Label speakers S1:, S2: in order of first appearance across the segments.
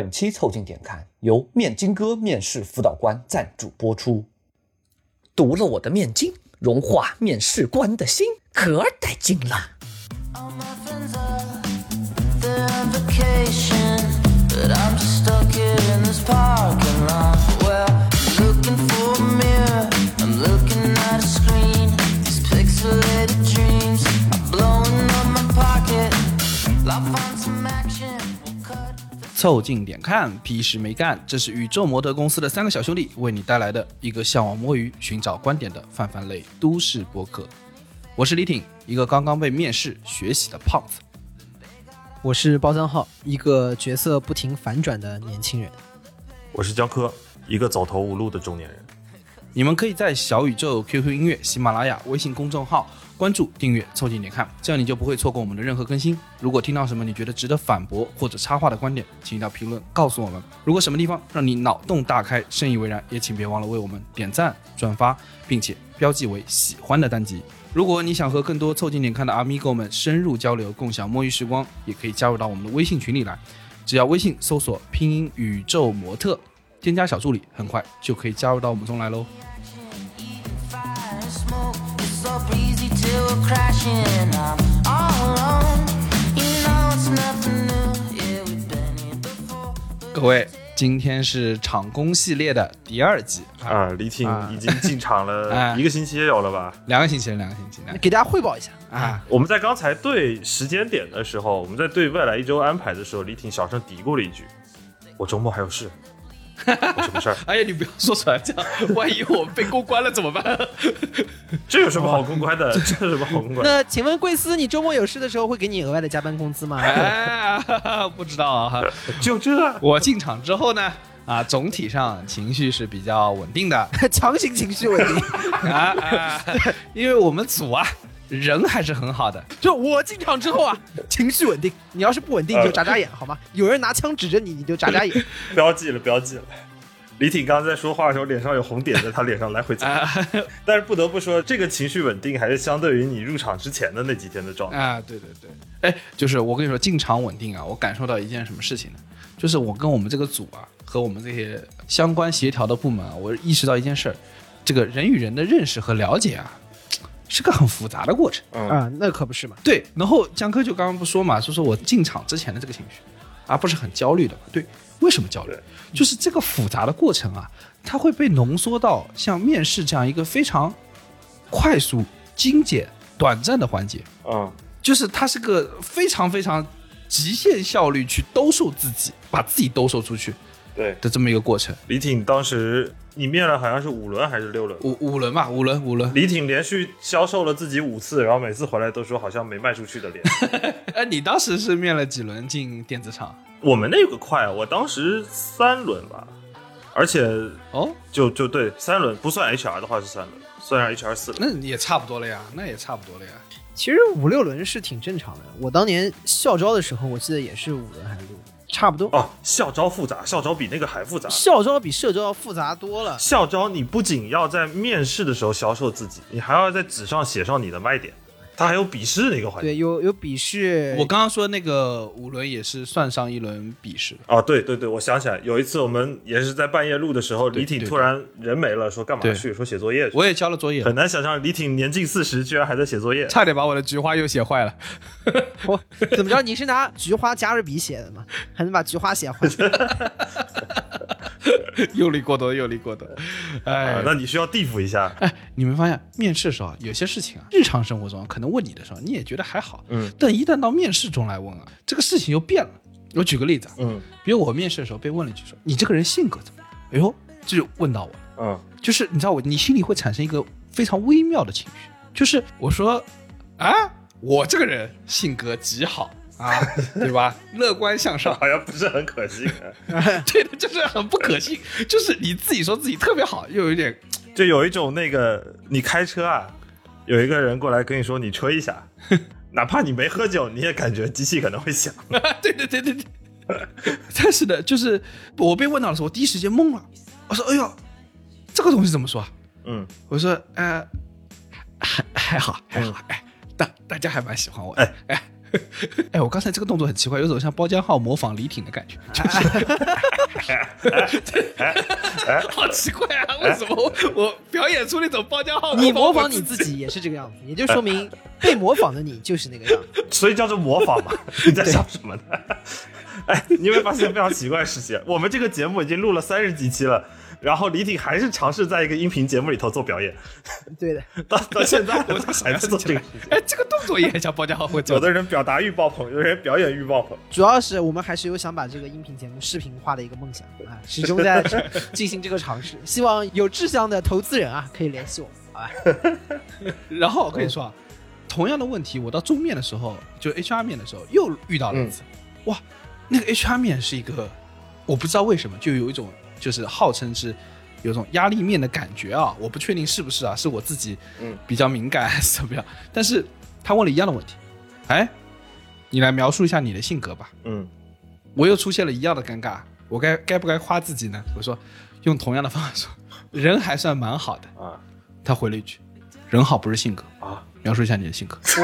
S1: 本期《凑近点看》由面筋哥面试辅导官赞助播出。
S2: 读了我的面经，融化面试官的心，可带劲了。
S3: All my friends are they're on vacation, but I'm just stuck here in this parking lot. Well, I'm looking for a mirror, I'm looking at a screen. These pixelated dreams are blowing up my pocket. I'll find some action. We'll cut.
S4: 凑近点看，屁事没干。这是宇宙模特公司的三个小兄弟为你带来的一个向往摸鱼、寻找观点的泛泛类都市播客。我是李挺，一个刚刚被面试学习的胖子。
S5: 我是包三号，一个角色不停反转的年轻人。
S6: 我是江科，一个走投无路的中年人。
S4: 你们可以在小宇宙、QQ 音乐、喜马拉雅、微信公众号关注、订阅、凑近点看，这样你就不会错过我们的任何更新。如果听到什么你觉得值得反驳或者插话的观点，请到评论告诉我们。如果什么地方让你脑洞大开、深以为然，也请别忘了为我们点赞、转发，并且标记为喜欢的单集。如果你想和更多凑近点看的阿咪狗们深入交流，共享摸鱼时光，也可以加入到我们的微信群里来。只要微信搜索拼音宇宙模特，添加小助理，很快就可以加入到我们中来喽。
S3: Eating fire and smoke. It's so breezy till we're crashing. I'm all alone. You know it's nothing new. Yeah, we've been here before.
S4: 各位，今天是场工系列的第二集啊，
S6: 啊，李挺已经进场
S4: 哎
S6: 了一个星期有了吧？
S4: 两个星期了，两个星期，两个
S5: 给大家汇报一下，
S4: 啊，
S6: 我们在刚才对时间点的时候，我们在对未来一周安排的时候，李挺小声嘀咕了一句：“我周末还有 事。”我什么事儿？
S4: 哎呀，你不要说出来，这样万一我被公关了怎么办？
S6: 这有什么好公关的？ 这有什么好公关的？
S5: 那请问贵司，你周末有事的时候会给你额外的加班工资吗？
S4: 哎，哈哈不知道啊。
S6: 就这
S4: 我进场之后呢，啊，总体上情绪是比较稳定 的
S5: 强行情绪稳定，
S4: 啊啊，因为我们组啊人还是很好的，
S5: 就我进场之后呃啊， 情绪稳定。你要是不稳定，你就眨眨眼好吗？有人拿枪指着你，你就眨眨眼。
S6: 标记了，标记了。李挺刚才在说话的时候，脸上有红点在他脸上来回 走，
S4: 啊
S6: 但是不得不说，这个情绪稳定还是相对于你入场之前的那几天的状态。
S4: 啊，对对对，哎，就是我跟你说，进场稳定啊，我感受到一件什么事情呢？就是我跟我们这个组啊，和我们这些相关协调的部门啊，我意识到一件事儿，这个人与人的认识和了解啊，是个很复杂的过程。
S5: 啊，那可不是嘛。
S4: 对，然后江科就刚刚不说嘛，就说我进场之前的这个情绪，而不是很焦虑的嘛。对，为什么焦虑？就是这个复杂的过程啊，它会被浓缩到像面试这样一个非常快速、精简、短暂的环节。
S6: 嗯，
S4: 就是他是个非常非常极限效率去兜售自己，把自己兜售出去
S6: 对。
S4: 的这么一个过程。
S6: 李挺当时你面了好像是五轮还是六轮？
S4: 五五轮吧，五轮五轮。
S6: 李挺连续销售了自己五次，然后每次回来都说好像没卖出去的脸。
S4: 哎，你当时是面了几轮进电子厂？
S6: 我们那个快，啊我当时三轮吧，而且
S4: 哦，
S6: 就就对三轮不算 HR 的话是三轮，算上 HR 四轮。
S4: 那也差不多了呀，那也差不多了呀。
S5: 其实五六轮是挺正常的。我当年校招的时候，我记得也是五轮还是六轮，差不多。
S6: 哦，校招复杂，校招比那个还复杂。
S5: 校招比社招要复杂多了。
S6: 校招你不仅要在面试的时候销售自己，你还要在纸上写上你的卖点，它还有笔试那个环节。
S5: 对，有有笔试，
S4: 我刚刚说那个五轮也是算上一轮笔试的。
S6: 啊，对对对，我想起来，有一次我们也是在半夜录的时候，
S4: 对
S6: 李挺
S4: 对
S6: 突然人没了，说干嘛
S4: 对
S6: 去？说写作业去。
S4: 我也交了作业，
S6: 很难想象李挺年近四十，居然还在写作业。
S4: 差点把我的菊花又写坏了。
S5: 我怎么着？你是拿菊花加热笔写的吗？还能把菊花写坏？
S4: 用力过多，用力过多。哎
S6: 啊，，那你需要地府一下。
S4: 哎，你没发现面试的时候啊，有些事情啊，日常生活中啊可能问你的时候，你也觉得还好，
S6: 嗯，
S4: 但一旦到面试中来问啊，这个事情又变了。我举个例子啊，
S6: 嗯
S4: 比如我面试的时候被问了一句说：“你这个人性格怎么样？”哎呦，这就问到我了，
S6: 嗯，
S4: 就是你知道我，你心里会产生一个非常微妙的情绪，就是我说啊，我这个人性格极好 啊，对吧？乐观向 上，
S6: 好像哎不是很可啊信，
S4: 对的，就是很不可信，就是你自己说自己特别好，又有一点
S6: 就有一种那个你开车啊，有一个人过来跟你说你吹一下， 哪怕你没喝酒，你也感觉机器可能会响。
S4: 对对对对对。 但是呢，就是我被问到的时候，我第一时间懵了。我说：“哎呦，这个东西怎么说啊
S6: 嗯，？”
S4: 我说：“呃，还还好，还好，哎，大大家还蛮喜欢我的。
S6: 哎
S4: 哎， 哎，我刚才这个动作很奇怪，有种像包浆号模仿李挺的感觉，就是，好奇怪啊！为什么我我表演出那种包 浆号？
S5: 你模仿你自己也是这个样子，也就说 明被模仿的你就是那个样子。
S6: 所以叫做模仿嘛？你在想什么呢？ 哎，你有没有发现非常奇怪的事情？我们这个节目已经录了三十几期了，然后李挺还是尝试在一个音频节目里头做表演，
S5: 对的，
S6: 到到现在
S4: 我这个
S6: 还在做这个事情。
S4: 哎，这个动作也很像包浆号会
S6: 有
S4: 做的。
S6: 的人表达欲爆棚，有的人表演欲爆棚。
S5: 主要是我们还是有想把这个音频节目视频化的一个梦想啊，始终 在进行这个尝试。希望有志向的投资人啊，可以联系我们，好吧？
S4: 然后我
S6: 嗯
S4: 跟你说啊，同样的问题，我到中面的时候，就 HR 面的时候又遇到了一次。
S6: 嗯
S4: 哇，那个 HR 面是一个，我不知道为什么就有一种就是号称是有一种压力面的感觉啊，我不确定是不是啊，是我自己
S1: 嗯
S4: 比较敏感还是怎么样？但是他问了一样的问题，哎，你来描述一下你的性格吧。
S6: 嗯，
S4: 我又出现了一样的尴尬，我该该不该夸自己呢？我说用同样的方法说，人还算蛮好的
S6: 啊。
S4: 他回了一句：“人好不是性格
S6: 啊，
S4: 描述一下你的性格。我”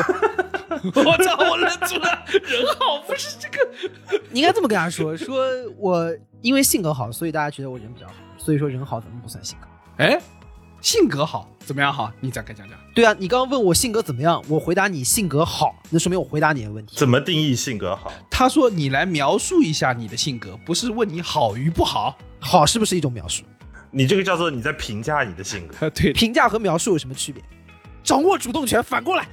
S4: 我操！我愣住了，人好不是这个。
S5: 你应该这么跟他说：说我因为性格好，所以大家觉得我人比较好，所以说人好怎么不算性格？
S4: 哎，性格好怎么样好？你展开讲讲。
S5: 对啊，你刚刚问我性格怎么样，我回答你性格好，那说明我回答你的问题。
S6: 怎么定义性格好？
S4: 他说：“你来描述一下你的性格，不是问你好与不好。
S5: 好是不是一种描述？
S6: 你这个叫做你在评价你的性格。”
S4: 对，
S5: 评价和描述有什么区别？掌握主动权，反过来，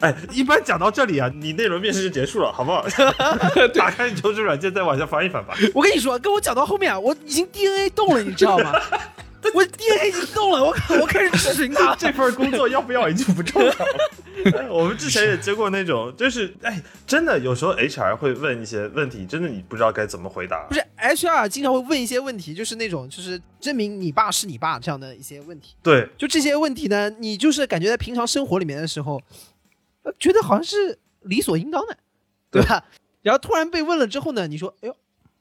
S6: 哎，一般讲到这里啊，你那轮面试就结束了，好不好？ 打开你求职软件，再往下翻一翻吧。
S5: 我跟你说，跟我讲到后面啊，我已经 DNA 动了，你知道吗？我 DNA 已经动了，我我开始质询他。
S6: 这份工作要不要已经不重要了。哎 我们之前也接过那种，就是哎，真的有时候 HR 会问一些问题，真的你不知道该怎么回答
S5: 不。是 HR 经常会问一些问题，就是那种就是证明你爸是你爸这样的一些问题。
S6: 对，
S5: 就这些问题呢，你就是感觉在平常生活里面的时候，呃觉得好像是理所应当的，对吧？然后突然被问了之后呢，你说，哎呦，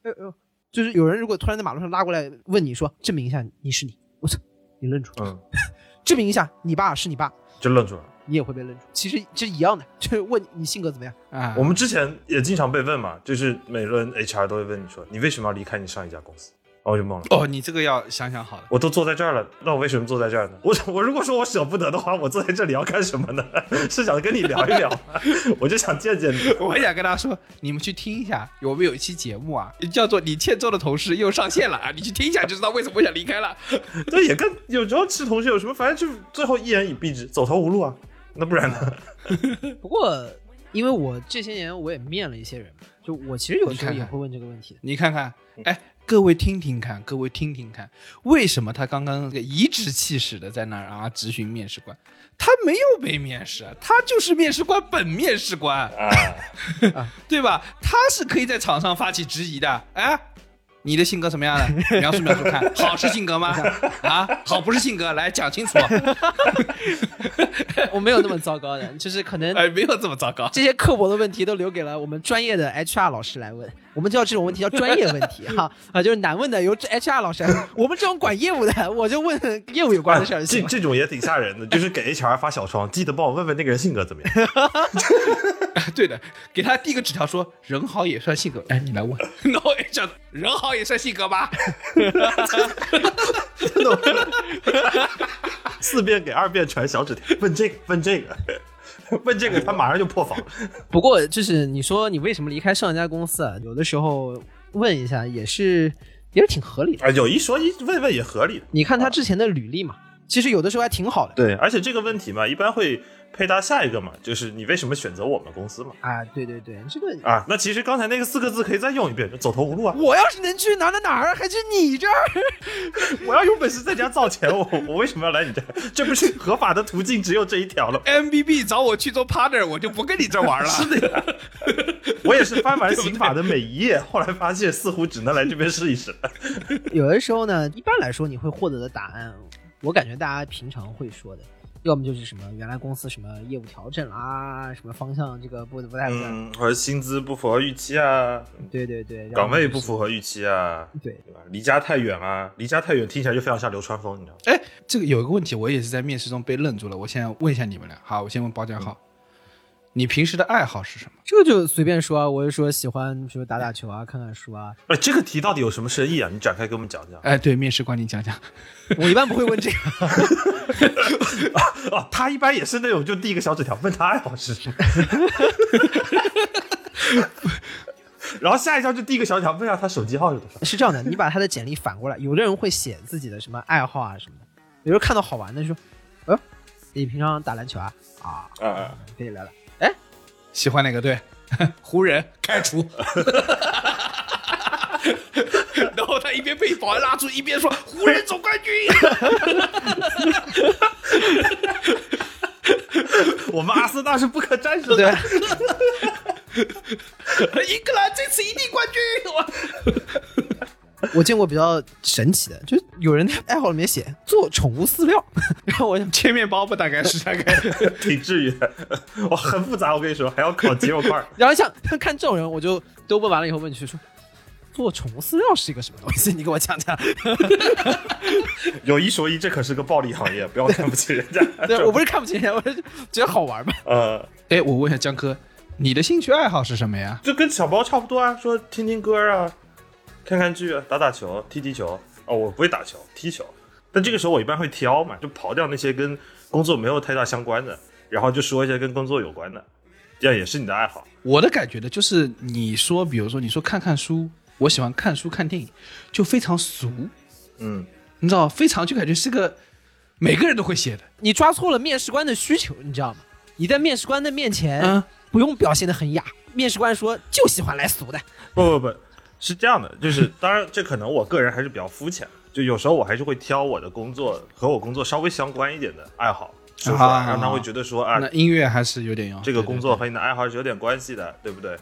S5: 哎呦哎呦，就是有人如果突然在马路上拉过来问你说，证明一下你是你，我操，你愣住，
S6: 嗯，
S5: 证明一下你爸是你爸，
S6: 就愣住了。
S5: 你也会被愣住。其实这一样的，就是问你性格怎么样。
S4: 啊，
S6: 我们之前也经常被问嘛，就是每轮 HR 都会问你说，你为什么要离开你上一家公司？然后我就懵了。
S4: 哦，你这个要想想好了。
S6: 我都坐在这儿了，那我为什么坐在这儿呢？我我如果说我舍不得的话，我坐在这里要干什么呢？ 是想跟你聊一聊 吗，我就想见见你。
S4: 我也想跟大家说，你们去听一下，我们有一期节目啊，叫做《你欠揍的同事又上线了》啊，你去听一下就知道为什么我想离开了。
S6: 对，也跟有时候吃同学有什么，反正就最后一言以蔽之，走投无路啊。那不然呢？
S5: 不过，因为我这些年我也面了一些人嘛，就我其实有时候
S4: 你看看
S5: 也会问这个问 题的。
S4: 你看看，哎，各位听听看，各位听听看，为什么他刚刚那个颐指气使的在那儿啊质询面试官？他没有被面试，啊，他就是面试官本面试官， 对吧？他是可以在场上发起质疑的，哎。你的性格什么样的？描述描述看，好是性格吗？啊，好不是性格，来讲清楚。
S5: 我没有那么糟糕的，就是可能
S4: 哎，没有这么糟糕。
S5: 这些刻薄的问题都留给了我们专业的 HR 老师来问。我们叫这种问题叫专业问题 哈啊，就是难问的由 HR 老师来问。我们这种管业务的，我就问业务有关的事儿就
S6: 啊这
S5: 行了。
S6: 这种也挺吓人的， 就是给 HR 发小窗，记得帮我问问那个人性格怎么 样。
S4: 对的，给他递个纸条说人好也算性格。哎，你来问 ，no HR，人好也算性格 吧？
S6: 四遍给二遍传小纸条，问这个，问这个， 问这个，他马上就破防。
S5: 不过就是你说你为什么离开上一家公司啊？有的时候问一下也是也是挺合理的。
S6: 啊，有一说一，问问也合理的。
S5: 你看他之前的履历嘛，其实有的时候还挺好的。
S6: 对，而且这个问题嘛，一般会配搭下一个嘛，就是你为什么选择我们公司嘛？
S5: 啊，对对对，这个
S6: 啊，那其实刚才那个四个字可以再用一遍，走投无路啊！
S5: 我要是能去哪儿哪儿哪儿，还去你这儿？
S6: 我要有本事在家造钱，我我为什么要来你这？ 这不是合法的途径只有这一条了吗？
S4: MBB 找我去做 partner，我就不跟你这玩了。 是的，
S6: 我也是翻完刑法的每一页，后来发现似乎只能来这边试一试。
S5: 有的时候呢，一般来说你会获得的答案，我感觉大家平常会说的，要么就是什么原来公司什么业务调整啦、什么方向这个不不太不太，
S6: 嗯，或者薪资不符合预期啊，
S5: 对对对，
S6: 岗位不符合预期啊，
S5: 对。
S6: 对吧？离家太远啊，离家太远听起来就非常像流川枫，你知道吗？
S4: 哎，这个有一个问题，我也是在面试中被愣住了。我现在问一下你们俩，好，我先问包家浩，你平时的爱好是什么？
S5: 这就随便说啊，我就说喜欢，比如打打球啊，看看书啊。
S6: 哎，这个题到底有什么深意啊？你展开给我们讲讲。
S4: 哎，对，面试官，你讲讲。
S5: 我一般不会问这个，
S6: 哦，他一般也是那种就递一个小纸条，问他哎爱好是什么， 然后下一张就递一个小纸条，问一下他手机号是多少。
S5: 是这样的，你把他的简历反过来，有的人会写自己的什么爱好啊什么的，有时候看到好玩的就说，哎呦，你平常打篮球啊？啊，
S6: 啊、
S5: 可以聊聊。
S4: 喜欢哪个队？湖人开除。 然后他一边被保安拉住，一边说：“湖人总冠军。
S6: 我们阿森纳是不可战胜的。
S5: 对，
S4: 英格兰这次一定冠军。”
S5: 我见过比较神奇的，就有人在爱好里面写做宠物饲料， 然后我想。
S4: 切面包不大概是大概
S6: 挺治愈的，哇，很复杂，我跟你说，还要烤鸡肉块儿
S5: 然后想看这种人，我就都问完了以后问你去说，做宠物饲料是一个什么东西？你给我讲 讲。
S6: 有一说一，这可是个暴利行业，不要看不起人家。
S5: 对我不是看不起人家，我是觉得好玩嘛。
S6: 呃，
S4: 哎，我问一下江科，你的兴趣爱好是什么呀？
S6: 就跟小包差不多啊，说听听歌啊，看看剧啊，打打球，踢踢球。哦，我不会打球，踢球。但这个时候我一般会挑嘛，就刨掉那些跟工作没有太大相关的，然后就说一些跟工作有关的，这样也是你的爱好。
S4: 我的感觉呢，就是你说，比如说你说看看书，我喜欢看书看电影，就非常俗，
S6: 嗯，
S4: 你知道，非常就感觉是个每个人都会写的。
S5: 你抓错了面试官的需求，你知道吗？你在面试官的面前、
S4: 嗯，
S5: 不用表现的很雅，面试官说就喜欢来俗的，
S6: 不不不，是这样的，就是 当然这可能我个人还是比较肤浅，就有时候我还是会挑我的工作和我工作稍微相关一点的爱好说出
S4: 啊
S6: 来，让他会觉得说啊
S4: 那，音乐还是有点要
S6: 这个工作和你的爱好是有点关系的，对不对？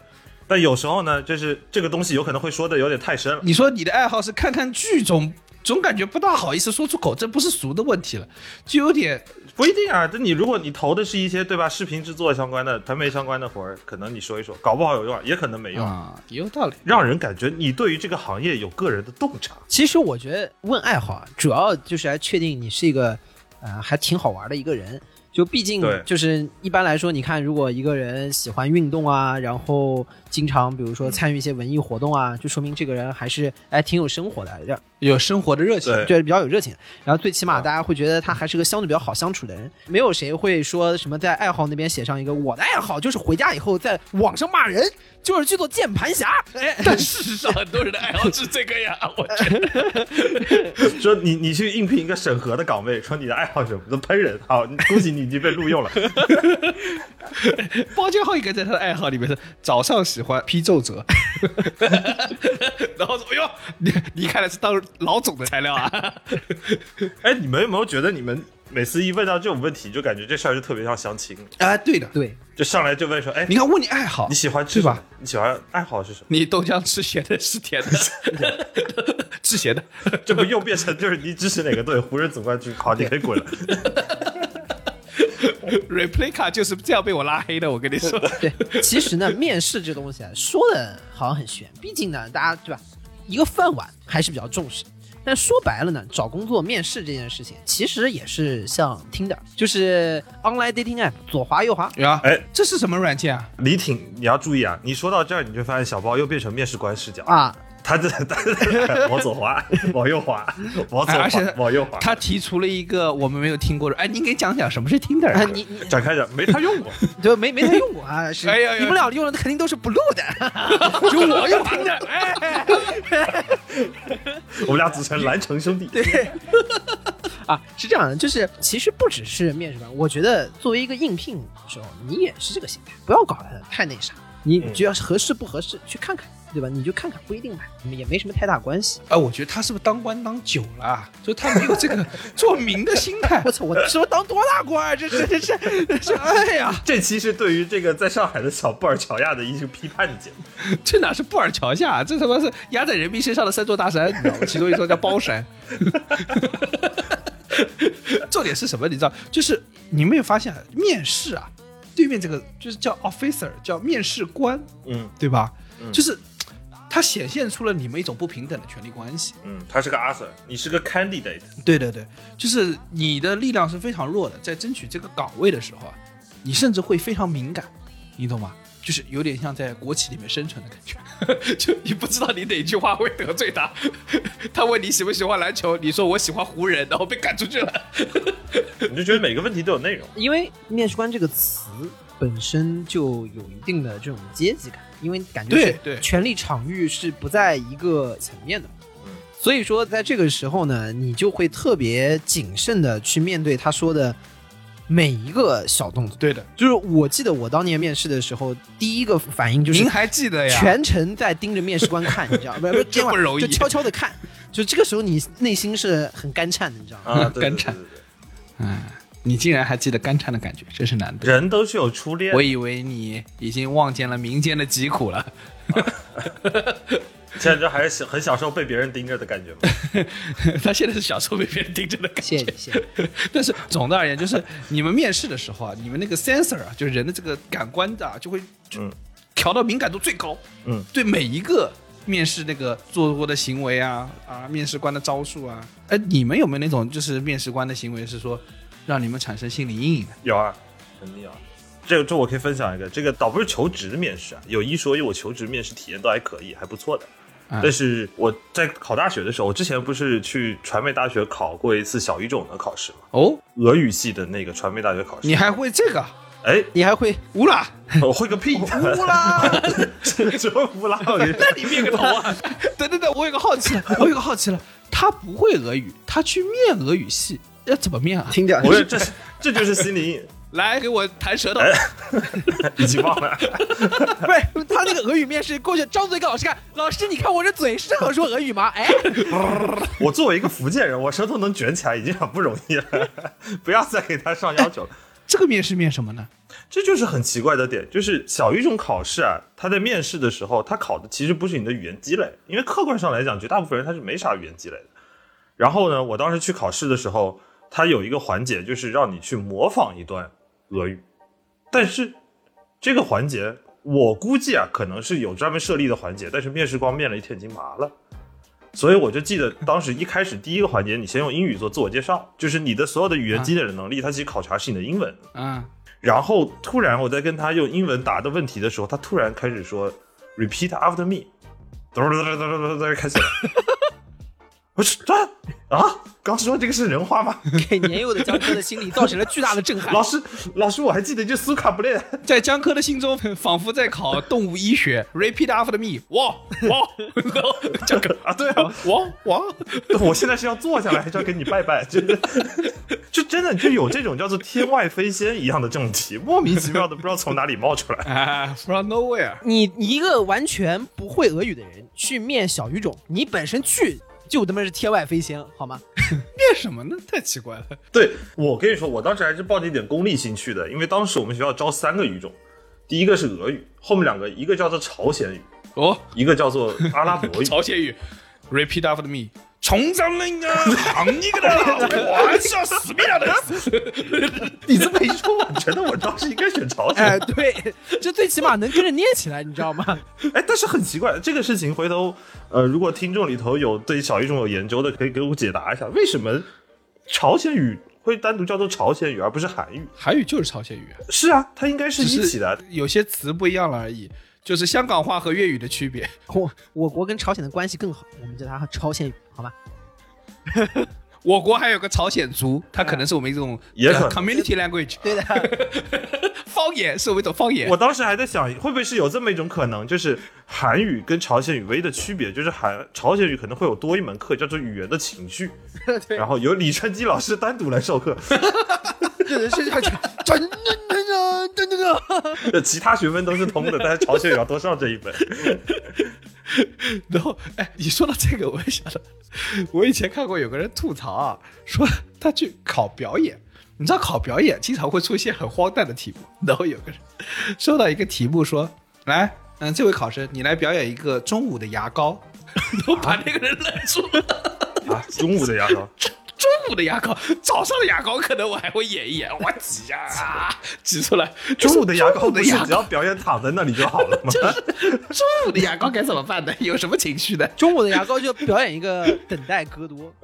S6: 但有时候呢，就是这个东西有可能会说的有点太深了。
S4: 你说你的爱好是看看剧，总总感觉不大好意思说出口，这不是俗的问题了，就有点
S6: 不一定啊，但你如果你投的是一些对吧，视频制作相关的、传媒相关的活儿，可能你说一说，搞不好有用啊，也可能没用，
S4: 啊，也有道理。
S6: 让人感觉你对于这个行业有个人的洞察。
S5: 其实我觉得问爱好啊，主要就是来确定你是一个，呃，还挺好玩的一个人。就毕竟
S6: 对
S5: 就是一般来说，你看，如果一个人喜欢运动啊，然后经常比如说参与一些文艺活动啊，就说明这个人还是哎挺有生活的，让
S4: 有生活的热情，
S6: 对，
S5: 对比较有热情。然后最起码大家会觉得他还是个相对比较好相处的人，没有谁会说什么在爱好那边写上一个我的爱好就是回家以后在网上骂人，就是去做键盘侠。哎，
S2: 但事实上，很多人的爱好是这个呀，我觉得。
S6: 说你你去应聘一个审核的岗位，说你的爱好是什么？都喷人，好，你恭喜你已经被录用了。
S4: 包间浩应该在他的爱好里面是早上喜欢批奏折， 然后说：“哎呦，你你看来是当老总的材料啊
S6: 哎，你们有没有觉得你们每次一问到这种问题，就感觉这事儿就特别像相亲，！”
S4: 啊，对的，
S5: 对，
S6: 就上来就问说，哎
S4: 你，看问你爱好，
S6: 你喜欢吃
S4: 对
S6: 什么
S4: 吧？？
S6: 你喜欢爱好是什么？
S4: 你豆浆吃咸的是 甜的，吃咸的，
S6: 这不又变成就是你支持哪个队？湖人总冠军，好，你可以滚了。
S4: replay 卡就是这样被我拉黑的，我跟你 说。
S5: 对，其实呢，面试这东西啊，说的好像很玄，毕竟呢，大家对吧，一个饭碗还是比较重视。但说白了呢，找工作面试这件事情，其实也是像 Tinder，就是 online dating app，左滑右滑。
S4: 呀，
S6: 哎，
S4: 啊这是什么软件啊？
S6: 李挺，你要注意啊！你说到这儿，你就发现小包又变成面试官视角，
S5: 啊，
S6: 他这他往左滑，往右滑，往左
S4: 哎而
S6: 滑
S4: 且，
S6: 往右滑。
S4: 他提出了一个我们没有听过的，哎，您给讲讲什么是 Tinder？
S5: 啊
S4: 啊
S5: 你你
S6: 展开讲，没他用过，
S5: 对没没太用过啊，是
S4: 哎呀呀
S5: 你们俩用的 肯定都是不录的，就我用 Tinder，哎，
S6: 我们俩组成蓝城兄弟。
S5: 啊，是这样的，就是其实不只是面试官，我觉得作为一个应聘的时候，你也是这个心态，不要搞得太那啥，你
S6: 嗯
S5: 只要合适不合适去看看，对吧？你就看看，不一定买，也没什么太大关系。
S4: 哎，我觉得他是不是当官当久了啊，就他没有这个做名的心态
S5: 我。操，我说当多大官儿，这这这这这这，哎呀，
S6: 这期是对于这个在上海的小布尔乔亚的一个批判的节目。
S4: 这哪是布尔乔亚、这他妈是压在人民身上的三座大山，你 知道吗？其中一座叫包山。 重点是什么？你知道，就是你没有发现啊面试啊，对面这个就是叫 officer，叫面试官，
S6: 嗯
S4: 对吧？就是它显现出了你们一种不平等的权利关系。
S6: 嗯，他是个 Arthur，你是个 candidate。
S4: 对对对，就是你的力量是非常弱的，在争取这个岗位的时候啊，你甚至会非常敏感，你懂吗？就是有点像在国企里面生存的感觉， 就你不知道你哪句话会得罪他。 他问你喜不喜欢篮球，你说我喜欢湖人，然后被赶出去了。
S6: 你就觉得每个问题都有内容。
S5: 因为“面试官”这个词本身就有一定的这种阶级感，因为感觉
S4: 对
S5: 是
S4: 对
S5: 权力场域是不在一个层面的嘛
S6: 嗯。
S5: 所以说，在这个时候呢，你就会特别谨慎的去面对他说的每一个小动作。
S4: 对的，
S5: 就是我记得我当年面试的时候，第一个反应就是
S4: 您还记得呀？
S5: 全程在盯着面试官看，你知道 吗？不是，
S4: 这不容易
S5: 就悄悄的看。就这个时候，你内心是很干颤的，你知道吗？
S6: 啊，对对
S4: 干
S6: 对
S4: 柴
S6: 对对
S4: 嗯，你竟然还记得干颤的感觉，真是难得。
S6: 人都是有初恋
S4: 我，以为你已经望见了民间的疾苦了。
S6: 现在就还是小很享受被别人盯着的感觉嘛。
S4: 他现在是小时候被别人盯着的感
S5: 谢
S4: 觉
S5: 谢。谢谢。
S4: 但是总的而言，就是你们面试的时候啊，你们那个 sensor 啊，就是人的这个感官的、啊，就会就
S6: 嗯
S4: 调到敏感度最高。
S6: 嗯，
S4: 对每一个面试那个做过的行为啊啊，面试官的招数啊，哎，你们有没有那种就是面试官的行为是说让你们产生心理阴影的？
S6: 有啊，肯定有啊。这个这我可以分享一个，这个倒不是求职面试啊，有一说一，我求职面试体验都还可以，还不错的。
S4: 嗯
S6: 但是我在考大学的时候，我之前不是去传媒大学考过一次小语种的考试嘛，
S4: 哦，
S6: 俄语系的那个传媒大学考试。
S4: 你还会这个？
S6: 哎，
S5: 你 还会
S4: 乌啦，
S6: 我会个屁！
S4: 乌啦！
S6: 什么乌拉？我跟你说，
S4: 你灭个头啊！等等等，我有个好奇 了，我有个好奇了，他不会俄语，他去面俄语系，要怎么面啊？
S5: 听 讲
S6: 不是，这是这就是心理阴影，
S4: 来给我弹舌头。
S6: 已经忘了。
S5: 不是他那个俄语面试过去，张嘴给老师看，老师你看我这嘴适合说俄语吗？哎，
S6: 我作为一个福建人，我舌头能卷起来已经很不容易了，不要再给他上要求了。
S4: 这个面试面什么呢？
S6: 这就是很奇怪的点，就是小语种考试啊，它在面试的时候，它考的其实不是你的语言积累，因为客观上来讲，绝大部分人他是没啥语言积累的。然后呢，我当时去考试的时候，它有一个环节就是让你去模仿一段俄语，但是这个环节我估计啊，可能是有专门设立的环节，但是面试官面了一天已经麻了。所以我就记得当时一开始第一个环节，你先用英语做自我介绍，就是你的所有的语言积累的能力，它其实考察是你的英文。
S4: 嗯，
S6: 然后突然我在跟他用英文答的问题的时候，他突然开始说 “repeat after me”，噔噔噔噔噔噔噔开始了。 我说啊啊，刚说这个是人话吗？
S5: 给年幼的江哥的心理造成了巨大的 震撼。
S6: 老师，老师，我还记得就苏卡布列，
S4: 在江科的心中， 仿佛在考动物医学。Repeat after me，哇哇， 然后江科
S6: 啊对啊，
S4: 哇哇，
S6: 我现在是要坐下来还是要给你拜拜？ 就是，就真的就有这种叫做天外飞仙一样的这种题，莫名其妙的不知道从哪里冒出来。
S4: 啊，from nowhere，
S5: 你你一个完全不会俄语的人去面小语种，你本身去就他妈是天外飞仙，好吗？
S4: 面什么呢？太奇怪了。
S6: 对我跟你说，我当时还是抱着一点功利心去的，因为当时我们学校招三个语种，第一个是俄语，后面两个一个叫做朝鲜语。
S4: 哦，
S6: 一个叫做阿拉伯语，
S4: 朝鲜语，Repeat after me。重章人 啊，行你个的，我还是要死命了的。
S6: 你这么一说，我觉得我当时应该选朝鲜。
S5: 哎，对，这最起码能跟着念起来，你知道吗？
S6: 哎，但是很奇怪，这个事情回头，呃，如果听众里头有对小语种有研究的，可以给我解答一下，为什么朝鲜语会单独叫做朝鲜语，而不是韩语？
S4: 韩语就是朝鲜语，
S6: 是啊，它应该是
S4: 只
S6: 一起的
S4: 是。有些词不一样了而已，就是香港话和粤语的区别。
S5: 我我国跟朝鲜的关系更好，我们叫它朝鲜语，好吧？
S4: 我国还有个朝鲜族，它可能是我们一种
S6: 啊也可能
S4: 呃 community language，
S5: 对的，
S4: 方言是我们一种方 言
S6: 我。当时还在想，会不会是有这么一种可能，就是韩语跟朝鲜语唯一的区别，就是韩朝鲜语可能会有多一门课叫做语言的情 绪，
S5: 对
S6: 然后由李川基老师单独来授课，
S5: 这是真真真真真真。
S6: 其他学分都是通的，但是朝鲜语要多上这一门。
S4: 然后，哎，你说到这个，我也想到，我以前看过有个人吐槽啊，说他去考表演，你知道考表演经常会出现很荒诞的题目。然后有个人收到一个题目说，来，嗯，这位考生，你来表演一个中午的牙膏， 然后把那个人愣住了。
S6: 啊，中午的牙膏，
S4: 中午的牙膏，早上的牙膏可能我还会演一演，我挤呀、啊，挤出来。
S6: 中午的牙膏
S4: 中午
S6: 不
S4: 的
S6: 是
S4: 牙
S6: 只要表演躺在那里 就好了吗？
S4: 中午的牙膏该怎么办呢？有什么情绪呢？
S5: 中午的牙膏就表演一个等待戈多，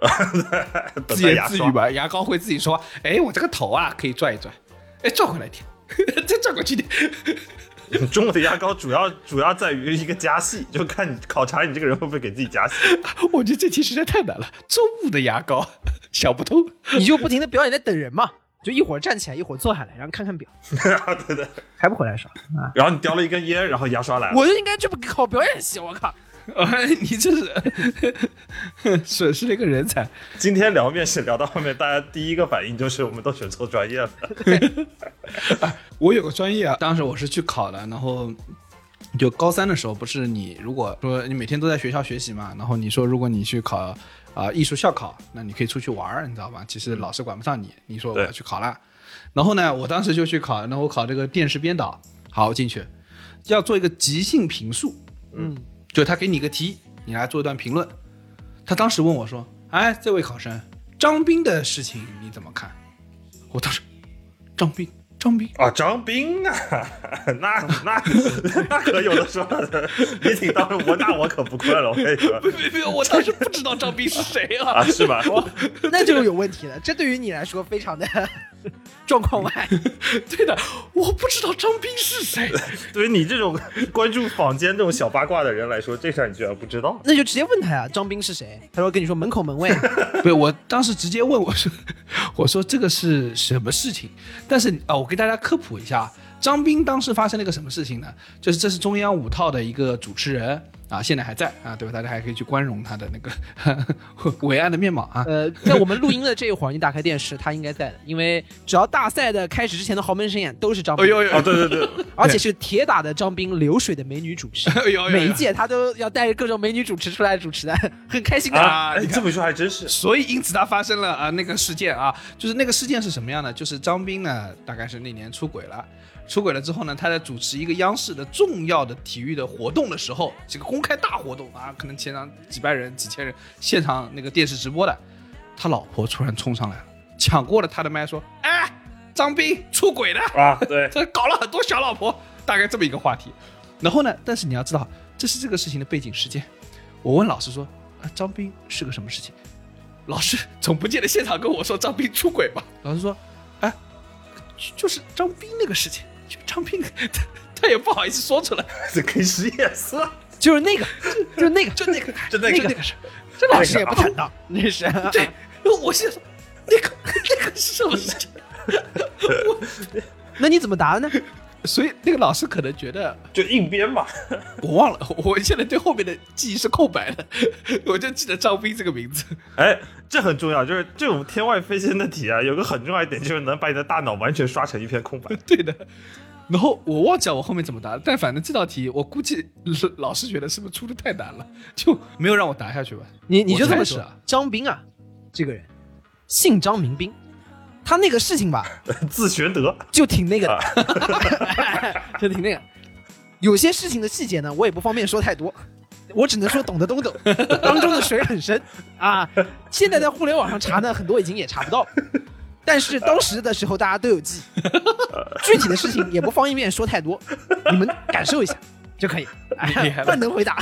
S6: 等
S4: 自
S6: 待
S4: 言
S6: 牙
S4: 自
S6: 刷
S4: 语。吧，牙膏会自己说：“ 哎，我这个头啊，可以转一转，哎，转过来一点，再转过去一点。”
S6: 中午的牙膏主要主要在于一个加戏，就看你考察你这个人会不会给自己加戏。
S4: 我觉得这题实在太难了。中午的牙膏 想不通，
S5: 你就不停的表演在等人嘛，就一会儿站起来，一会儿坐下来，然后看看表，
S6: 对的。
S5: 还不回来是吧？
S6: 然后你叼了一根烟，然后牙刷来了。
S5: 我就应该去考表演系，我靠！
S4: 哎你这是 损失了一个人才。
S6: 今天聊面试聊到后面，大家第一个反应就是我们都选错专业了。
S4: 我有个专业啊，当时我是去考的，然后就高三的时候，不是你如果说你每天都在学校学习嘛，然后你说如果你去考啊、艺术校考，那你可以出去玩儿，你知道吧？其实老师管不上你，你说我
S6: 对
S4: 要去考啦，然后呢，我当时就去考，然后我考这个电视编导，好我进去，要做一个即兴评述，
S5: 嗯，
S4: 就他给你一个题，你来做一段评论。他当时问我说：“哎，这位考生，张斌的事情你怎么看？”我当时，张斌，张斌，
S6: 啊，张斌啊， 那那那可有的说了，李挺当时我那我可不困了，我跟你说
S2: 没有没有，我当时不知道张斌是谁 啊。
S6: 啊，是吧？
S5: 那就有问题了，这对于你来说非常的 状 况外。
S2: 对的，我不知道张斌是谁。
S6: 对于你这种关注坊间这种小八卦的人来说，这事儿你居然不知道，
S5: 那就直接问他呀，张斌是谁？他说跟你说门口 门卫，
S4: 不是，我当时直接问我说：“ 我说这个是什么事情？”但是啊、我给大家科普一下，张斌当时发生了一个什么事情呢？就是这是中央五套的一个主持人啊，现在还在啊，对吧？大家还可以去宽容他的那个 伟岸的面貌啊。
S5: 呃，在我们录音的这一会儿，你打开电视，他应该在的，因为只要大赛的开始之前的豪门盛宴都是张
S4: 哎
S5: 斌，
S4: 呦哎呦
S6: 啊，对对对，
S5: 而且是铁打的张斌，流水的美女主持，
S4: 哎呦哎呦！
S5: 每一届他都要带着各种美女主持出来主持的，很开心的。
S6: 啊，
S4: 啊
S6: 哎
S4: 你
S6: 你
S4: 看
S6: 这么一说还真是，
S4: 所以因此他发生了啊、那个事件啊，就是那个事件是什么样的？就是张斌呢，大概是那年出轨了，出轨了之后呢，他在主持一个央视的重要的体育的活动的时候，这个公开大活动啊，可能现场几百人、几千人，现场那个电视直播的，他老婆突然冲上来了，抢过了他的麦说：“哎，张斌出轨了。”
S6: 啊， 对，
S4: 他搞了很多小老婆，大概这么一个话题。然后呢，但是你要知道，这是这个事情的背景事件。我问老师说，啊，张斌是个什么事情？老师总不见得现场跟我说张斌出轨吧？老师说，哎，就就是张斌那个事情，就张斌那个，他他也不好意思说 出来，
S6: 这可以使眼色，
S5: 就是那个，就是那个，
S4: 就那个，
S6: 就那个
S4: 那个那个事儿。啊
S5: 这老师也不坦荡， 那是
S4: 对，我现在说那个那个是什么事情？
S5: 那你怎么答的呢？
S4: 所以那个老师可能觉得
S6: 就硬编嘛，
S4: 我忘了，我现在对后面的记忆是空白的，我就记得张斌这个名字。
S6: 哎，这很重要，就是这种天外飞仙的题啊，有个很重要一点就是能把你的大脑完全刷成一片空白。
S4: 对的。然后我忘记了我后面怎么答，但反正这道题我估计老老师觉得是不是出的太难了，就没有让我答下去吧。
S5: 你你就这
S4: 我
S5: 么
S4: 猜是
S5: 说
S4: 啊，
S5: 张斌啊，这个人姓张名斌，他那个事情吧，
S6: 自玄德，
S5: 就挺那个
S4: 啊
S5: 的， 就挺那个。有些事情的细节呢，我也不方便说太多，我只能说懂的 都懂，当中的水很深啊。现在在互联网上查呢，很多已经也查不到，但是当时的时候大家都有记 忆，具体的事情也不方便说太多，你们感受一下就可以。哎
S4: 厉害了
S5: 万能 回答，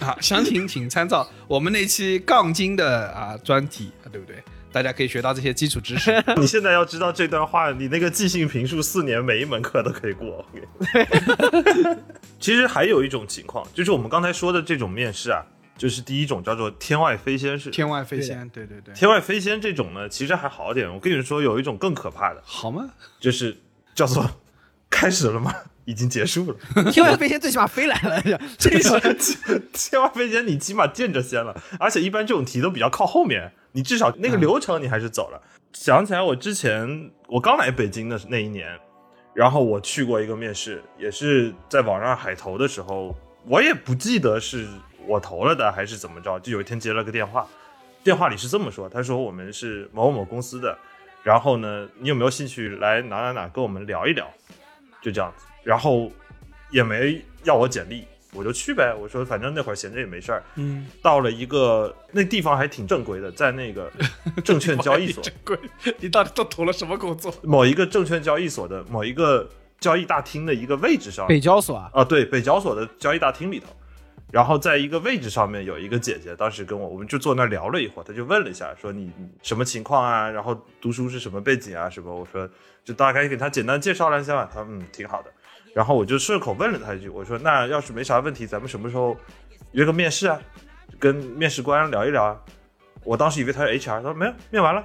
S4: 啊，详情请参照我们那期杠精的啊专题，啊对不对？大家可以学到这些基础知识。
S6: 你现在要知道这段话，你那个即兴评述四年每一门课都可以过。我跟你说 其实还有一种情况，就是我们刚才说的这种面试啊，就是第一种叫做天外飞仙式。
S4: 天外飞仙，对对对，
S6: 天外飞仙这种呢，其实还好点。我跟你说，有一种更可怕的，
S4: 好吗？
S6: 就是叫做开始了吗？已经结束了。
S5: 天外飞仙最起码飞来了， 这是
S6: 天外飞仙，你起码见着先了，而且一般这种题都比较靠后面，你至少那个流程你还是走了。想起来我之前我刚来北京的那一年，然后我去过一个面试，也是在网上海投的时候，我也不记得是我投了的还是怎么着，就有一天接了个电话，电话里是这么说，他说我们是某某公司的，然后呢，你有没有兴趣来哪哪哪跟我们聊一聊？就这样子，然后也没要我简历，我就去呗。我说反正那会儿闲着也没事儿。
S4: 嗯，
S6: 到了一个那地方还挺正规的，在那个证券交易所
S4: 珍贵，你到底都投了什么工作？
S6: 某一个证券交易所的某一个交易大厅的一个位置上，
S5: 北交所啊，
S6: 啊，对，北交所的交易大厅里头。然后在一个位置上面有一个姐姐，当时跟我，我们就坐那儿聊了一会儿，她就问了一下，说你什么情况啊？然后读书是什么背景啊？什么？我说就大概给她简单介绍了一下吧。她嗯，挺好的。然后我就顺口问了他一句，我说那要是没啥问题，咱们什么时候约个面试啊？跟面试官聊一聊啊。我当时以为他是 HR，他说没有，面完了。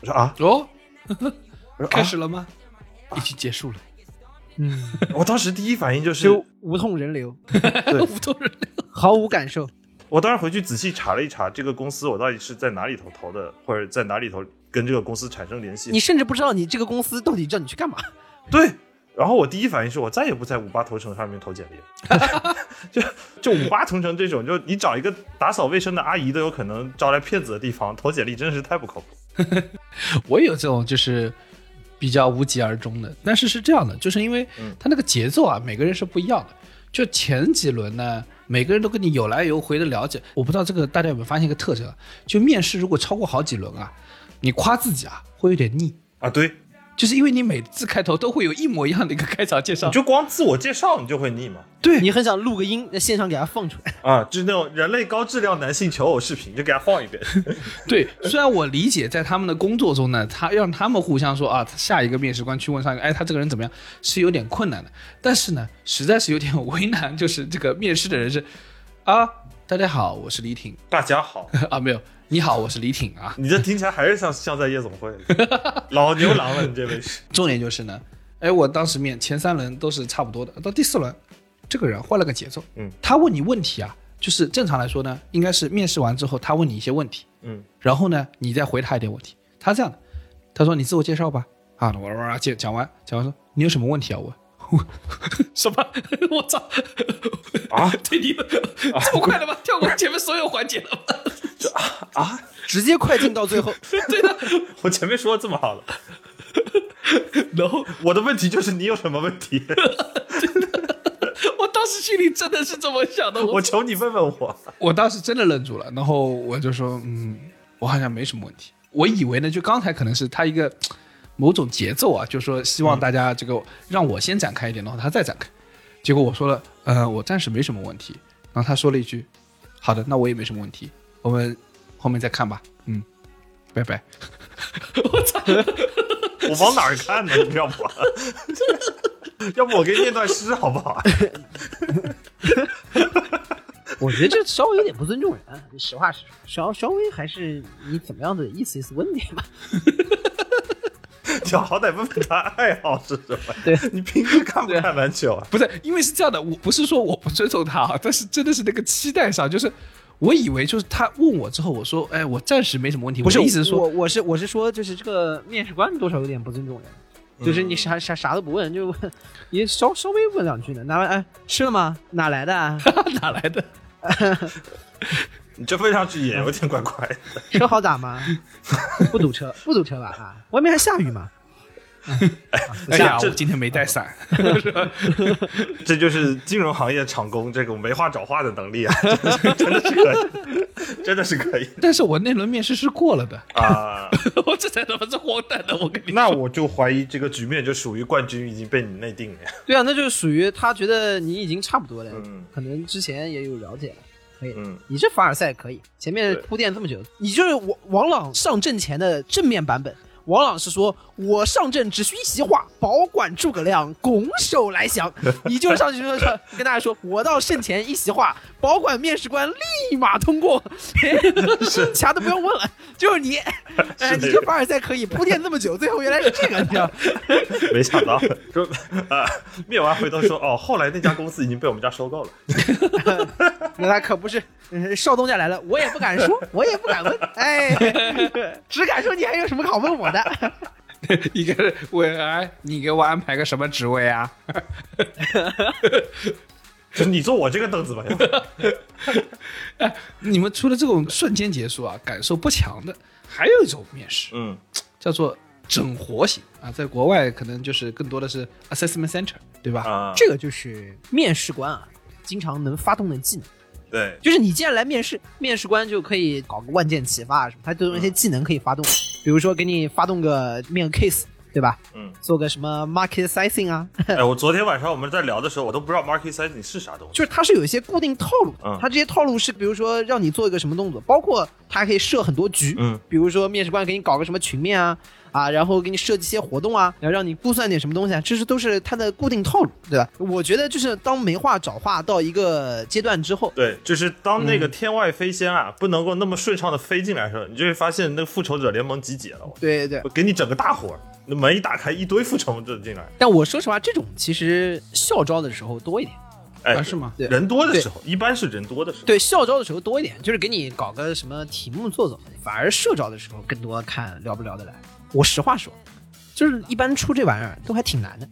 S6: 我说啊，
S4: 哦，啊
S6: 我说
S4: 开
S6: 啊，
S4: 始了吗？已经结束了，
S5: 嗯，
S6: 我当时第一反应就是，
S5: 就无痛 人流，
S4: 无头人
S5: 毫无感受。
S6: 我当时回去仔细查了一查，这个公司我到底是在哪里头投的，或者在哪里头跟这个公司产生联系
S5: 你。甚至不知道你这个公司到底叫你去干嘛。
S6: 对，然后我第一反应是我再也不在五八同城上面投简历了， 就就五八同城这种，就你找一个打扫卫生的阿姨都有可能招来骗子的地方，投简历真是太不靠谱。
S4: 我也有这种就是比较无疾而终的，但是是这样的，就是因为他那个节奏啊，每个人是不一样的。就前几轮呢，每个人都跟你有来有回的了解。我不知道这个大家有没有发现一个特征啊，就面试如果超过好几轮啊，你夸自己啊会有点腻，
S6: 啊，对，
S4: 就是因为你每次开头都会有一模一样的一个开场介绍
S6: 你。就光自我介绍你就会腻嘛。
S4: 对
S5: 你很想录个音，在现场给它放出来。
S6: 啊，就是那种人类高质量男性求偶视频，就给他放一遍。
S4: 对，虽然我理解在他们的工作中呢，他让他们互相说啊，下一个面试官去问上一个，哎，他这个人怎么样，是有点困难的。但是呢，实在是有点 为难，就是这个面试的人是啊，大家好，我是李挺
S6: 大家好，
S4: 啊，没有，你好，我是李挺啊。
S6: 你这听起来还是像像在夜总会，老牛郎了，你这位是。
S4: 重点就是呢，哎，我当时面前三轮都是差不多的，到第四轮，这个人换了个节奏，
S6: 嗯，
S4: 他问你问题啊，就是正常来说呢，应该是面试完之后他问你一些问题，
S6: 嗯，
S4: 然后呢，你再回他一点问题。他这样的，他说你自我介绍吧，啊，我哇哇讲讲完，讲完说你有什么问题要问？我 什么？我操！
S6: 啊，
S4: 这你这么快的吗？跳过前面所有环节了吗？
S5: 直接快进到最后，
S4: 对的。
S6: 我前面说的这么好了，
S4: 然后
S6: 我的问题就是你有什么问题？
S4: 我当时心里真的是这么想的，
S6: 我求你问问我。
S4: 我当时真的愣住了，然后我就说，嗯，我好像没什么问题。我以为呢，就刚才可能是他一个某种节奏啊，就说希望大家这个让我先展开一点，然后他再展开。结果我说了，呃，我暂时没什么问题。然后他说了一句，好的，那我也没什么问题，我们后面再看吧。嗯，拜拜。我操！
S6: 我往哪儿看呢？你知道吗？ 要不我给你念段诗好不好？
S5: 我觉得这稍微有点不尊重人啊。实话实说，稍稍微还是你怎么样的意思意思问点吧。
S6: 就好歹问问他爱好是什么。
S5: 对
S6: 你平时看不看篮球啊？
S4: 不是，因为是这样的，我不是说我不尊重他啊，但是真的是那个期待上，就是我以为就是他问我之后，我说，哎，我暂时没什么问题。
S5: 不是，
S4: 我的意思是说
S5: 我，我是我是说，就是这个面试官多少有点不尊重人。就是你啥啥啥都不问，就问你稍稍微问两句呢。拿完哎，吃了吗？哪来的、 啊？
S4: 哪来的？
S6: 你这问上去也有点怪怪的。
S5: 车好打吗？不堵车，不堵车吧？啊，外面还下雨吗？
S4: 哎呀，
S6: 这
S4: 我今天没带 伞。
S6: 这就是金融行业厂工这种没话找话的能力啊，真的是可以，真的是可以
S4: 但是我那轮面试是过了的，
S6: 啊。
S4: 我这才他妈是荒诞的，我 跟你
S6: 那我就怀疑这个局面就属于冠军已经被你内定了。
S5: 对啊，那就是属于他觉得你已经差不多了，
S6: 嗯
S5: 可能之前也有了解了，可以。
S6: 嗯，
S5: 你这凡尔赛可以，前面
S6: 对
S5: 铺垫这么久，你就是王王朗上阵前的正面版本。王朗是说：“我上阵只需一席话，保管诸葛亮，拱手来降。”你就是上去说 说，跟大家说：“我到阵前一席话，保管面试官立马通 过。”啥都不用问了，就是你，哎，
S6: 是
S5: 你
S6: 这
S5: 这
S6: 个
S5: 凡尔赛可以铺垫这么久，最后原来是这个，你知道？
S6: 没想到说啊，灭完回头说哦，后来那家公司已经被我们家收购了。
S5: 那他可不是，呃 少东家来了，我也不敢 说，我也不敢问， 哎，只敢说你还有什么好问我的？
S4: 一个伟安，哎你给我安排个什么职位啊？
S6: 就你坐我这个凳子吧， 要不
S4: 你们除了这种瞬间结束啊，感受不强的，还有一种面试
S6: 嗯，
S4: 叫做整活型啊，在国外可能就是更多的是 assessment center，对吧？
S6: 啊，
S5: 这个就是面试官啊，经常能发动的技能，
S6: 对，
S5: 就是你既然来面试，面试官就可以搞个万箭齐发啊什么，他都有一些技能可以发动，比如说给你发动个面个 case，对吧？
S6: 嗯
S5: 做个什么 market sizing 啊，
S6: 哎，我昨天晚上我们在聊的时候，我都不知道 market sizing 是啥东西。
S5: 就是它是有一些固定套路的
S6: 嗯，
S5: 它这些套路是比如说让你做一个什么动作，包括它还可以设很多局，
S6: 嗯，
S5: 比如说面试官给你搞个什么群面啊，啊，然后给你设计一些活动啊，然后让你估算点什么东西啊，这是都是它的固定套路，对吧？我觉得就是当没话找话到一个阶段之后，
S6: 对，就是当那
S4: 嗯
S6: 个天外飞仙啊，不能够那么顺畅的飞进来的时候，你就会发现那个复仇者联盟集结了，我
S5: 对对
S6: 我
S5: 对。
S6: 给你整个大活儿，那门一打开，一堆复仇者进来，
S5: 但我说实话，这种其实校招的时候多一点，
S6: 哎，
S4: 啊是吗？
S5: 对
S6: 人多的时候，一般是人多的时候，
S5: 对校招的时候多一点，就是给你搞个什么题目做做，反而社招的时候更多看聊不聊得来。我实话说，就是一般出这玩意儿都还挺难的，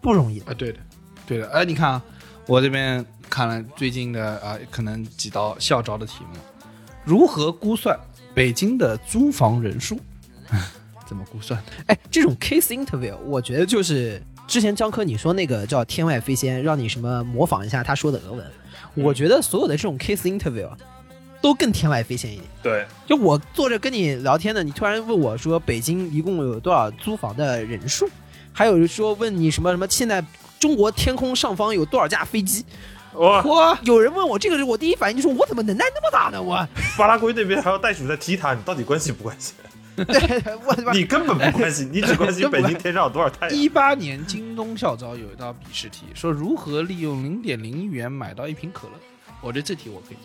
S5: 不容易的。
S4: 啊，对的，对的。哎，你看啊，我这边看了最近的啊、可能几道校招的题目，如何估算北京的租房人数？ 怎么估算？
S5: 哎，这种 case interview，我觉得就是之前江科你说那个叫天外飞仙，让你什么模仿一下他说的俄文，我觉得所有的这种 case interview 啊都更天外飞仙一点。
S6: 对，
S5: 就我坐着跟你聊天呢，你突然问我说北京一共有多少租房的人数，还有说问你什么什么现在中国天空上方有多少架飞机，
S6: 哇，
S5: 我有人问我这个时候，我第一反应就是我怎么能耐那么大呢？我，
S6: 巴拉圭那边还有袋鼠在踢他，你到底关心不关心？
S5: 对，我他妈
S6: 你根本不关心，你只关心
S5: 根本
S6: 北
S5: 不
S6: 京天上有多少 太阳。
S4: 一八年京东校招有一道笔试题，说如何利用零点零一元买到一瓶可乐。我觉得这题我可以。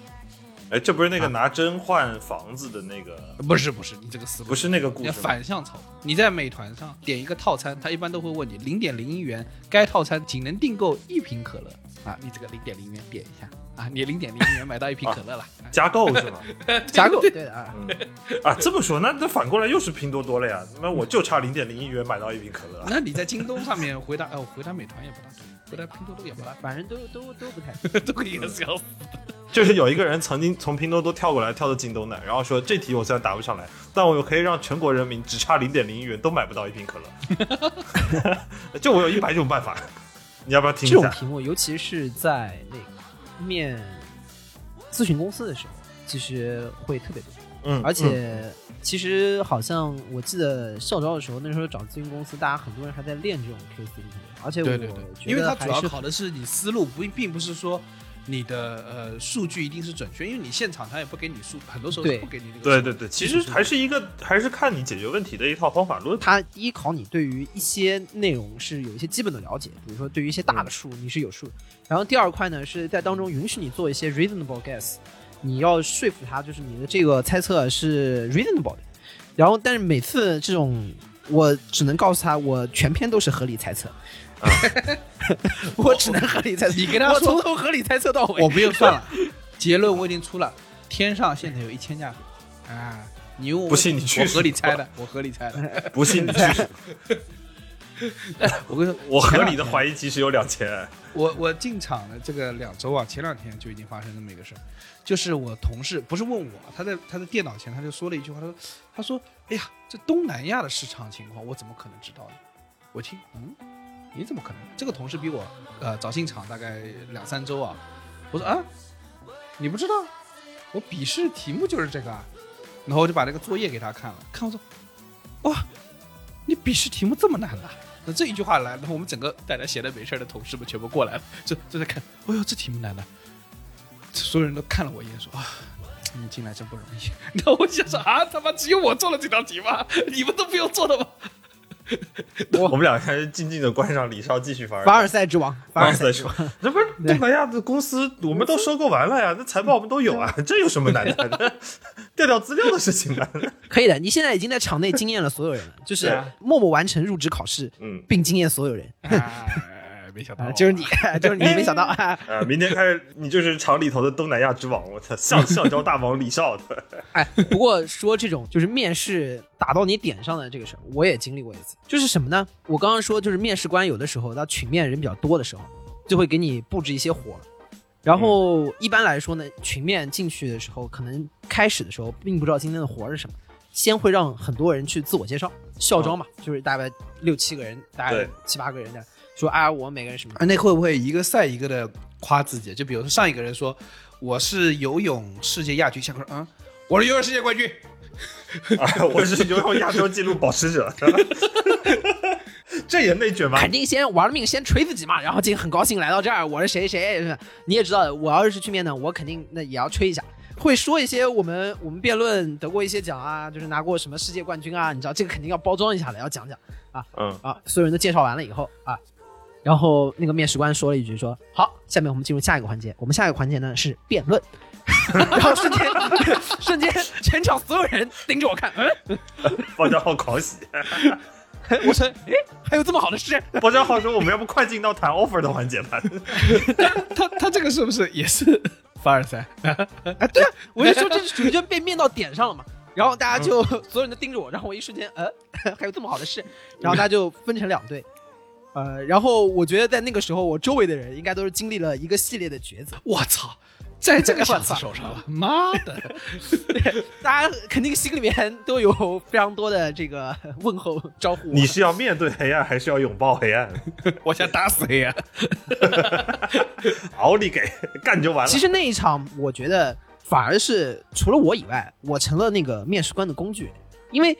S6: 哎，这不是那个拿针换房子的那个，
S4: 不是不是，你这个思路
S6: 不是那个故
S4: 你要
S6: 事吗？
S4: 反向操。你在美团上点一个套餐，他一般都会问你零点零一元，该套餐仅能订购一瓶可乐啊，你这个零点零元点一下啊，你零点零元买到一瓶可乐 了。啊
S6: 加购是吗？
S5: 夹过，对的啊，
S6: 啊，这么说，那那反过来又是拼多多了呀？那我就差零点零一元买到一瓶可乐。 啊
S4: 那你在京东上面回答，哦，回答美团也不大对，回答拼多多也不大
S5: 反正都都都不太。
S4: 对，这个也是要死。
S6: 就是有一个人曾经从拼多多跳过来，跳到京东的，然后说这题我虽然答不上来，但我可以让全国人民只差零点零一元都买不到一瓶可乐。 就我有一百种办法， 你要不要听
S5: 这
S6: 一
S5: 种
S6: 下？
S5: 题目，尤其是在那个面咨询公司的时候，其实会特别多。
S6: 嗯，
S5: 而且，其实好像我记得校招的时候，那时候找咨询公司，大家很多人还在练这种 case interview，而且
S4: 对对对
S5: 我，觉
S4: 因为它主
S5: 得还
S4: 要
S5: 是
S4: 考的是你思路，不并不是说。你的呃数据一定是准确，因为你现场他也不给你数，很多时候是
S5: 对
S4: 不给你那个数。
S6: 对对对，其实还是一个还是看你解决问题的一套方法论。
S5: 它第一考你对于一些内容是有一些基本的了解，比如说对于一些大的数你是有数的。然后第二块呢是在当中允许你做一些 reasonable guess，你要说服他，就是你的这个猜测是 reasonable 的。然后但是每次这种我只能告诉他，我全篇都是合理猜测。 我只能合理猜测，
S4: 你跟他
S5: 我
S4: 说
S5: 从头合理猜测到尾。
S4: 我哦不用算了，结论我已经出了，天上现在有一千架飞机啊！你用我
S6: 不信你去
S4: 我合理猜 的，我合理猜的，
S6: 不信你去，
S4: 我跟你说，
S6: 我合理的
S4: 前两天
S6: 怀疑其实有 两千。
S4: 我我进场的这个两周啊，前两天就已经发生这么一个事儿，就是我同事不是问我，他在他的电脑前他就说了一句话，他说他说哎呀，这东南亚的市场情况我怎么可能知道呢？我听嗯，你怎么可能？这个同事比我呃早进场大概两三周啊，我说啊，你不知道？我笔试题目就是这个啊，然后我就把那个作业给他看了，看我说哇，你笔试题目这么难啊？那这一句话来，然后我们整个大家闲的没事儿的同事们全部过来了，就就在看，哎呦，这题目难的，所有人都看了我一眼，说啊，你进来真不容易。 然后我想说啊，他妈只有我做了这道题吗？你们都不用做的吗？
S6: 我们俩还是静静的关上李少，继续玩。
S5: 凡尔赛之王，凡尔赛
S6: 赛说，这不是东南亚的公司，我们都收购完了呀，那财报我们都有啊，这有什么难的？ 调调资料的事情啊。
S5: 可以的，你现在已经在场内惊艳了所有人了，就是
S4: 对啊
S5: 默默完成入职考试，
S6: 嗯
S5: 并惊艳所有人。
S4: 哎，没想到、
S5: 啊，就是你， 就是你，没想到啊！
S6: 啊，明天开始你就是厂里头的东南亚之王，我操，象 象征大王李少的。
S5: 哎，不过说这种就是面试打到你点上的这个事儿，我也经历过一次。就是什么呢？我刚刚说，就是面试官有的时候他群面人比较多的时候，就会给你布置一些活儿。然后一般来说呢，群面进去的时候，可能开始的时候并不知道今天的活儿是什么，先会让很多人去自我介绍，校招嘛，就是大概六七个人，大概
S6: 对
S5: 七八个人的，说啊，我们每个人什么。
S4: 啊，那会不会一个赛一个的夸自己？就比如说上一个人说我是游泳世界亚军，下个人嗯，我是游泳世界冠 军，
S6: 啊，我是游泳亚洲纪录保持者， 这也内卷吗？
S5: 肯定先玩命先锤自己嘛，然后今天很高兴来到这儿，我是谁谁，是吧你也知道，我要是去面呢，我肯定那也要吹一下。会说一些我们我们辩论得过一些奖啊，就是拿过什么世界冠军啊，你知道这个肯定要包装一下了，要讲讲
S6: 嗯，
S5: 啊。所有人都介绍完了以后啊，然后那个面试官说了一句说：“好，下面我们进入下一个环节，我们下一个环节呢是辩论。” 然后瞬间瞬间全场所有人盯着我看，嗯，
S6: 包家浩狂喜，
S5: 我说，哎，还有这么好的事？
S6: 包家浩说我们要不快进到谈 offer 的环节吧？
S4: 他他这个是不是也是 哎凡尔赛？
S5: 啊，对啊，我就 说这属于就被面到点上了嘛。然后
S6: 嗯
S5: 大家就所有人都盯着我，然后我一瞬间，呃，还有这么好的事，然后大家就分成两队，呃，然后我觉得在那个时候，我周围的人应该都是经历了一个系列的抉 择，
S4: 我操，在 这个小子手上了，哎妈的！
S5: 大家肯定心里面都有非常多的这个 问候招呼我。
S6: 你是要面对黑暗，还是要拥抱黑暗？
S4: 我想打死 你啊！
S6: 奥利给，干就完了
S5: 其。实那一场，我觉得反而是除了我以外，我成了那个面试官的工具，因为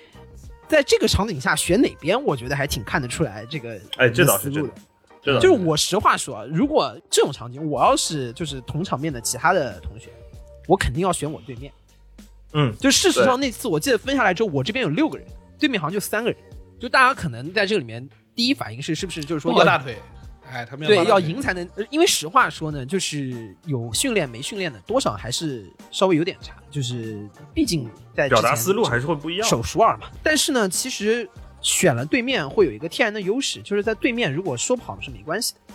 S5: 在这个场景下选哪边，我觉得还挺看得出来这个
S6: 哎这倒是
S5: 思路
S6: 真
S5: 的
S6: 的。真的，
S5: 就是我实话说，啊，如果这种场景，我要是就是同场面的其他的同学，我肯定要选我对面。
S6: 嗯，
S5: 就事实上那次我记得分下来之后，我这边有六个人，对面好像就三个人。就大家可能在这个里面第一反应是是不是就是说
S4: 抱
S5: 要
S4: 大腿，哎，他们
S5: 对
S4: 抱大
S5: 要
S4: 腿
S5: 赢。才能，呃因为实话说呢，就是有训练没训练的，多少还是稍微有点差。就是毕竟在
S6: 表
S5: 之
S6: 达
S5: 前
S6: 思路还是会不一样。
S5: 手熟耳嘛。但是呢，其实选了对面会有一个天然的优势，就是在对面如果说不好是没关系的。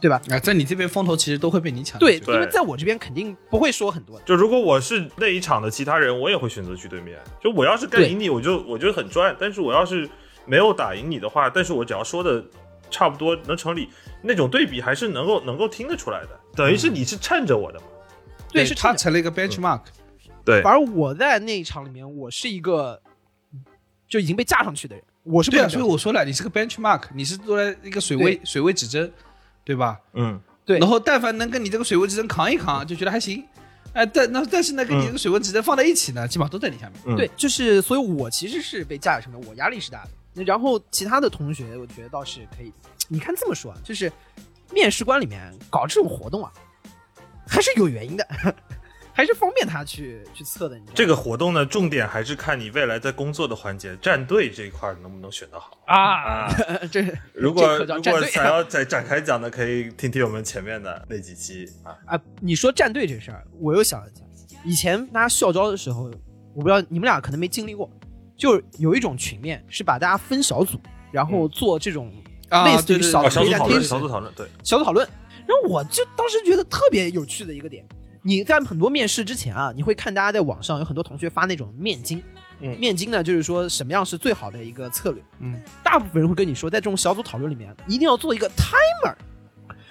S6: 对，
S4: 哎，在你这边风头其实都会被你抢。
S5: 对，
S6: 对
S5: 因为在我这边肯定不会说很多的。
S6: 就如果我是那一场的其他人，我也会选择去对面。就我要是干
S5: 对
S6: 赢你，我就我就很赚；但是我要是没有打赢你的话，但是我只要说的差不多能成理，那种对比还是能够能够听得出来的。等于是你是衬着我的嘛？
S5: 对
S4: 对，
S5: 是
S4: 他
S5: 这样嗯
S4: 成了一个 benchmark，
S6: 嗯对
S5: 反而我在那一场里面，我是一个就已经被架上去的人，我是不
S4: 对啊，
S5: 能
S4: 所
S5: 表
S4: 以
S5: 现
S4: 我说了，你是个 benchmark，你是做在一个水位水位指针，对吧？
S6: 嗯，
S5: 对
S4: 然后但凡能跟你这个水位指针扛一扛，就觉得还行。哎，但那但是呢，跟你这个水位指针放在一起呢，基本上都在你下面。
S6: 嗯
S5: 对，就是所以，我其实是被架在上面，我压力是大的。那然后其他的同学，我觉得倒是可以。你看这么说啊，就是面试官里面搞这种活动啊，还是有原因的， 还是方便他去去测的。你知道吗
S6: 这个活动呢，重点还是看你未来在工作的环节站队这一块能不能选得好
S5: 啊，
S6: 啊。
S5: 这
S6: 如果
S5: 这可叫
S6: 如
S5: 站
S6: 果
S5: 队啊
S6: 想要再展开讲的，可以听听我们前面的那几期啊。
S5: 啊，你说站队这事儿，我又想了想，以前大家校招的时候，我不知道你们俩可能没经历过，就是有一种群面是把大家分小组，然后做这种
S4: 啊
S5: 类似于
S4: 对对
S5: 小
S6: 啊，
S5: 组
S6: 小组
S5: 对战
S6: 讨
S5: 天
S6: 论，
S5: 使
S6: 小组讨论，对，
S5: 小组讨论。然后我就当时觉得特别有趣的一个点，你在很多面试之前啊，你会看大家在网上有很多同学发那种面经，
S6: 嗯
S5: 面经呢就是说什么样是最好的一个策略，
S4: 嗯，
S5: 大部分人会跟你说，在这种小组讨论里面一定要做一个 timer。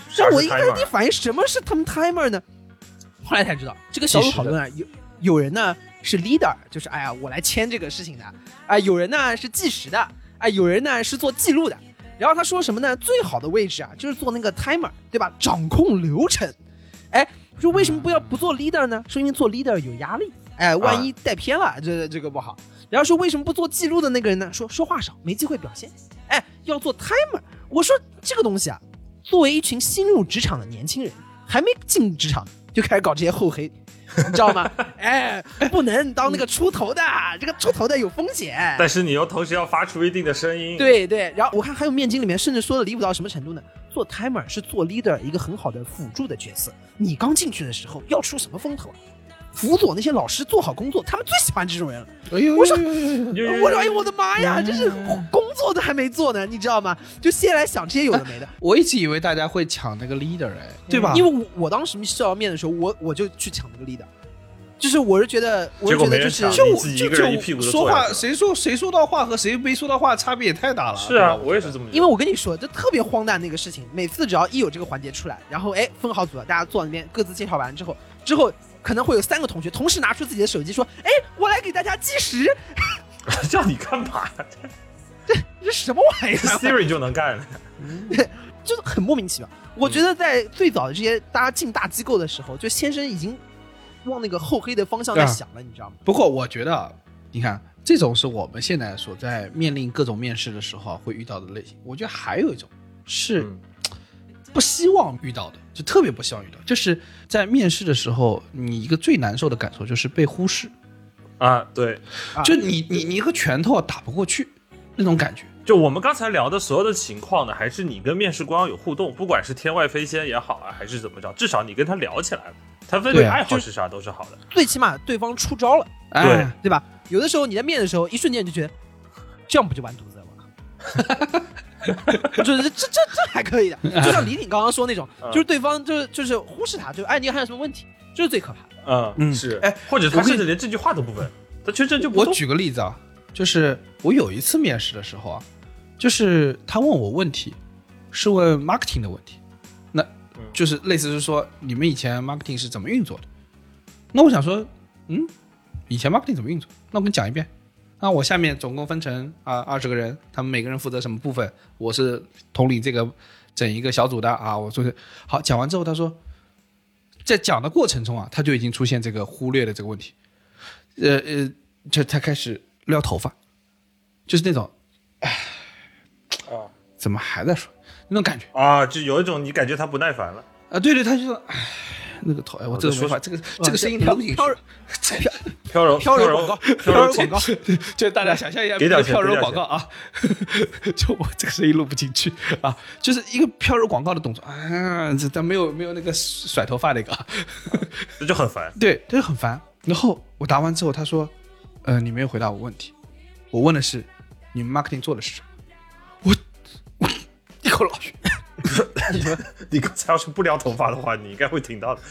S6: 啥
S5: 让
S6: 是
S5: 我一开始
S6: timer
S5: 第一反应什么是他们 timer 呢？后来才知道，这个小组讨论啊，有有人呢是 leader，就是哎呀我来签这个事情的，哎有人呢是计时的，哎有人呢是做记录的。然后他说什么呢？最好的位置啊，就是做那个 timer，对吧？掌控流程。哎，说为什么不要不做 leader 呢？说因为做 leader 有压力，哎，万一带偏了，这这个不好。然后说为什么不做记录的那个人呢？说说话少，没机会表现。哎，要做 timer。我说这个东西啊，作为一群新入职场的年轻人，还没进职场就开始搞这些厚黑，你知道吗？哎，不能当那个出头的，这个出头的有风险。
S6: 但是你又同时要发出一定的声音，，
S5: 对对，然后我看还有面经里面甚至说的离谱到什么程度呢？做 timer 是做 leader 一个很好的辅助的角色。你刚进去的时候要出什么风头啊？辅佐那些老师做好工作，他们最喜欢这种人了。
S4: 哎呦，
S5: 我说
S4: 哎呦哎呦哎呦
S5: 我说哎呦我的妈呀，这是工作都还没做呢，你知道吗？就先来想这些有的没的。
S4: 我一直以为大家会抢那个 leader，哎，对吧？
S5: 因为我我当时校招面的时候，我我就去抢那个 leader，就是我是觉得，我
S6: 结
S5: 是
S6: 果
S5: 觉
S6: 没
S5: 得
S6: 人
S5: 就是
S6: 抢，
S4: 就
S6: 你
S4: 我
S6: 自己
S4: 就
S6: 一个人
S4: 就
S6: 一屁股就
S4: 说
S6: 坐下
S4: 话，
S6: 去了
S4: 谁说谁说到话和谁没说到话差别也太大了。
S6: 是啊，
S4: 对吧
S6: 我也是这么觉得。
S5: 因为我跟你说，这特别荒诞的一个事情。每次只要一有这个环节出来，然后哎分好组了，大家坐那边各自介绍完之后，之后可能会有三个同学同时拿出自己的手机说：“哎，我来给大家计时。
S6: 叫你干嘛”
S5: 这什么玩意 儿？
S6: ？Siri 就能干了。
S5: 就是很莫名其妙。我觉得在最早的这些大家进大机构的时候，就先生已经往那个厚黑的方向在
S4: 对啊
S5: 想了，你知道吗？
S4: 不过我觉得啊，你看这种是我们现在所在面临各种面试的时候啊会遇到的类型。我觉得还有一种是
S6: 嗯
S4: 不不希望遇到的，就特别不希望遇到。就是在面试的时候，你一个最难受的感受就是被忽视，
S6: 啊，对，
S4: 就你你你一个拳头啊打不过去那种感觉。
S6: 就我们刚才聊的所有的情况呢，还是你跟面试官要有互动，不管是天外飞仙也好啊，还是怎么着，至少你跟他聊起来了，他问你
S4: 对啊
S6: 爱好
S5: 就是
S6: 啥都是好的。
S5: 最起码对方出招了，
S4: 哎，
S5: 对吧？有的时候你在面的时候，一瞬间你就觉得这样不就完犊子了吗？ 就是这这这还可以的，就像李挺刚刚说那种，
S6: 嗯
S5: 就是对方就是就是忽视他，就是哎你还有什么问题，这是最可怕的。
S6: 嗯，
S4: 嗯
S6: 是，
S4: 哎，
S6: 或者他
S4: 我跟
S6: 甚至连这句话都不问，他其实这就不
S4: 我
S6: 动
S4: 举个例子啊，就是我有一次面试的时候啊，就是他问我问题，是问 marketing 的问题，那
S6: 嗯
S4: 就是类似是说你们以前 marketing 是怎么运作的？那我想说，嗯，以前 marketing 怎么运作？那我跟你讲一遍。那我下面总共分成啊二十个人，他们每个人负责什么部分？我是统领这个整一个小组的啊。我说是好，讲完之后他说，在讲的过程中啊，他就已经出现这个忽略的这个问题。呃呃，就他开始撩头发，就是那种，哎，
S6: 啊，
S4: 怎么还在说那种感觉
S6: 啊，就有一种你感觉他不耐烦了。
S4: 啊？对对，他就说，哎，那个头，哎，我这个
S6: 在
S4: 没
S6: 啊说
S4: 法，这个这个声音
S5: 飘
S4: 能不行
S5: 飘
S6: 飘柔
S5: 飘柔
S6: 柔
S5: 广告
S6: 飘
S5: 飘
S6: 柔
S5: 柔
S6: 广
S5: 广告，
S4: 就大家想象一下，
S6: 给点钱
S4: 飘柔
S6: 给点
S4: 广告啊， 就我这个声音录不进去啊，就是一个飘柔广告的动作啊，这但没有没有那个甩头发那个啊，
S6: 这就很烦。
S4: 对，他就很烦。然后我答完之后，他说：“呃，你没有回答我问题，我问的是你们 marketing 做的是什么。”我我一口 老血，
S6: 你刚才要是不撩头发的话，你应该会听到的。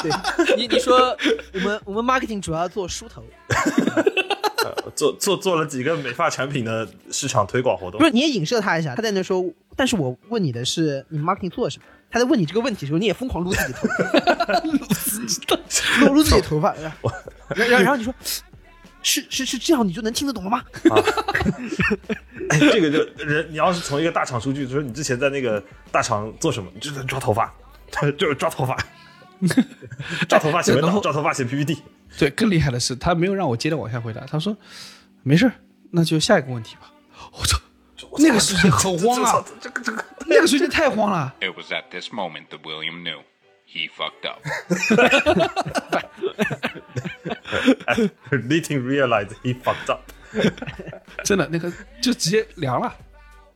S5: 对， 你你说我们我们 marketing 主要做梳头，
S6: 呃做做做了几个美发产品的市场推广活动
S5: 不，是你也影射他一下，他在那说，但是我问你的是你 marketing 做了什么？他在问你这个问题的时候，你也疯狂撸自己头发， 撸撸自己头发，然后然后然后你说。是是是这样，你就能听得懂了吗？
S6: 哎这个就人，你要是从一个大厂出去，就说你之前在那个大厂做什么，你就在抓头发，就是抓 头发，抓头发写文
S4: 哎然
S6: 档，
S4: 后
S6: 抓头发写 PPT。
S4: 对，更厉害的是，他没有让我接着往下回答，他说：“没事儿，那就下一个问题吧。”我操，那个瞬间很慌啊，
S6: 这个这个，
S4: 那个瞬间太慌了。
S7: It was at this moment that William knew he fucked up.
S6: Letting realize 哎 he fucked up。
S4: 真的，那个就直接凉了，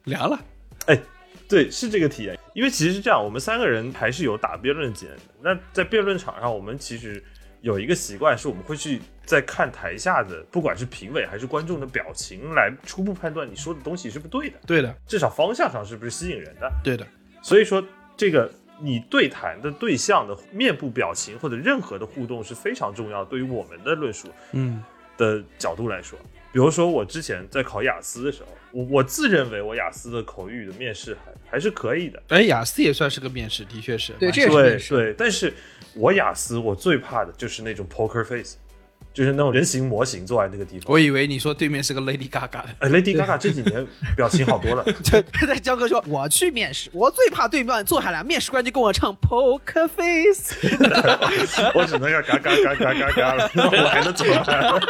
S4: 凉了。
S6: 哎，对，是这个体验。因为其实是这样，我们三个人还是有打辩论节的。那在辩论场上，我们其实有一个习惯，是我们会去在看台下的，不管是评委还是观众的表情，来初步判断你说的东西是不对的，
S4: 对的，
S6: 至少方向上是不是吸引人的。
S4: 对的，
S6: 所以说，这个你对谈的对象的面部表情或者任何的互动是非常重要，对于我们的论述
S4: 嗯
S6: 的角度来说，比如说我之前在考雅思的时候，我我自认为我雅思的口语的面试还还是可以的，
S4: 哎，雅思也算是个面试，的确是。
S5: 对
S4: 蛮
S5: 这也是
S6: 对
S5: 面试
S6: 对，但是我雅思我最怕的就是那种 poker face，就是那种人形模型坐在那个地方。
S4: 我以为你说对面是个 Lady Gaga 的。
S6: 哎，Lady Gaga 这几年表情好多了，
S5: 他 在江哥说：“我去面试，我最怕对面坐下来，面试官就跟我唱 Poker Face。
S6: 我只能要嘎嘎嘎嘎嘎嘎了，那我还能怎么办？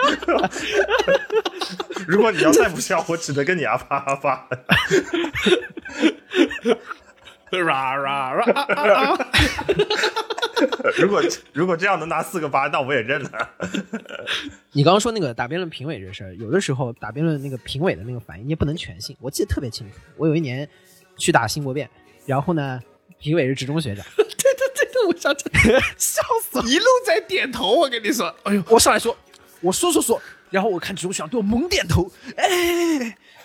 S6: 如果你要再不笑，我只能跟你啊啪啊啪。
S4: ra ra ra 啊啊啊
S6: 如果如果这样能拿四个八，那我也认了。”
S5: 你刚刚说那个打辩论评委这事儿，有的时候打辩论那个评委的那个反应你也不能全信。我记得特别清楚，我有一年去打新国辩，然后呢，评委是职中学长，
S4: 对对对对，我想起来，笑死了，一路在点头。我跟你说，哎呦，
S5: 我上来说，我说说说，然后我看职中学长对我猛点头，哎，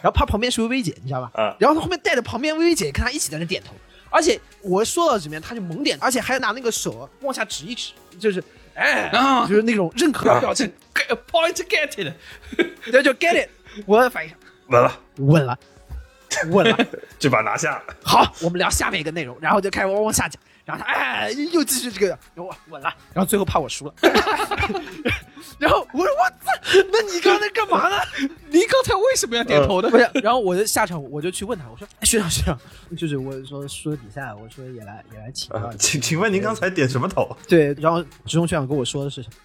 S5: 然后怕旁边是薇薇姐，你知道
S4: 嗯
S5: 吧？
S6: 啊
S5: 然后他后面带着旁边薇薇姐跟他一起在那点头，而且我说到这边他就猛点，而且还拿那个手往下指一指，就是哎，
S4: 啊
S5: 就是那种认可的表情，
S4: Get- point get it，
S5: 然后就 get it，我哎的反应
S6: 完了，
S5: 稳了，稳了，
S6: 这把拿下了。
S5: 好，我们聊下面一个内容，然后就开始往往下讲，然后他哎又继续这个，我稳了，然后最后怕我输了， 然后我说我操，那你刚才干嘛呢？
S4: 你刚才为什么要点头呢？
S5: 不是，然后我就下场我就去问他，我说、哎、学长学长，就是我说输了比赛，我说也来也来请教
S6: 啊，
S5: 你。
S6: 请请问您刚才点什么头？
S5: 对，然后职中学长跟我说的是什么？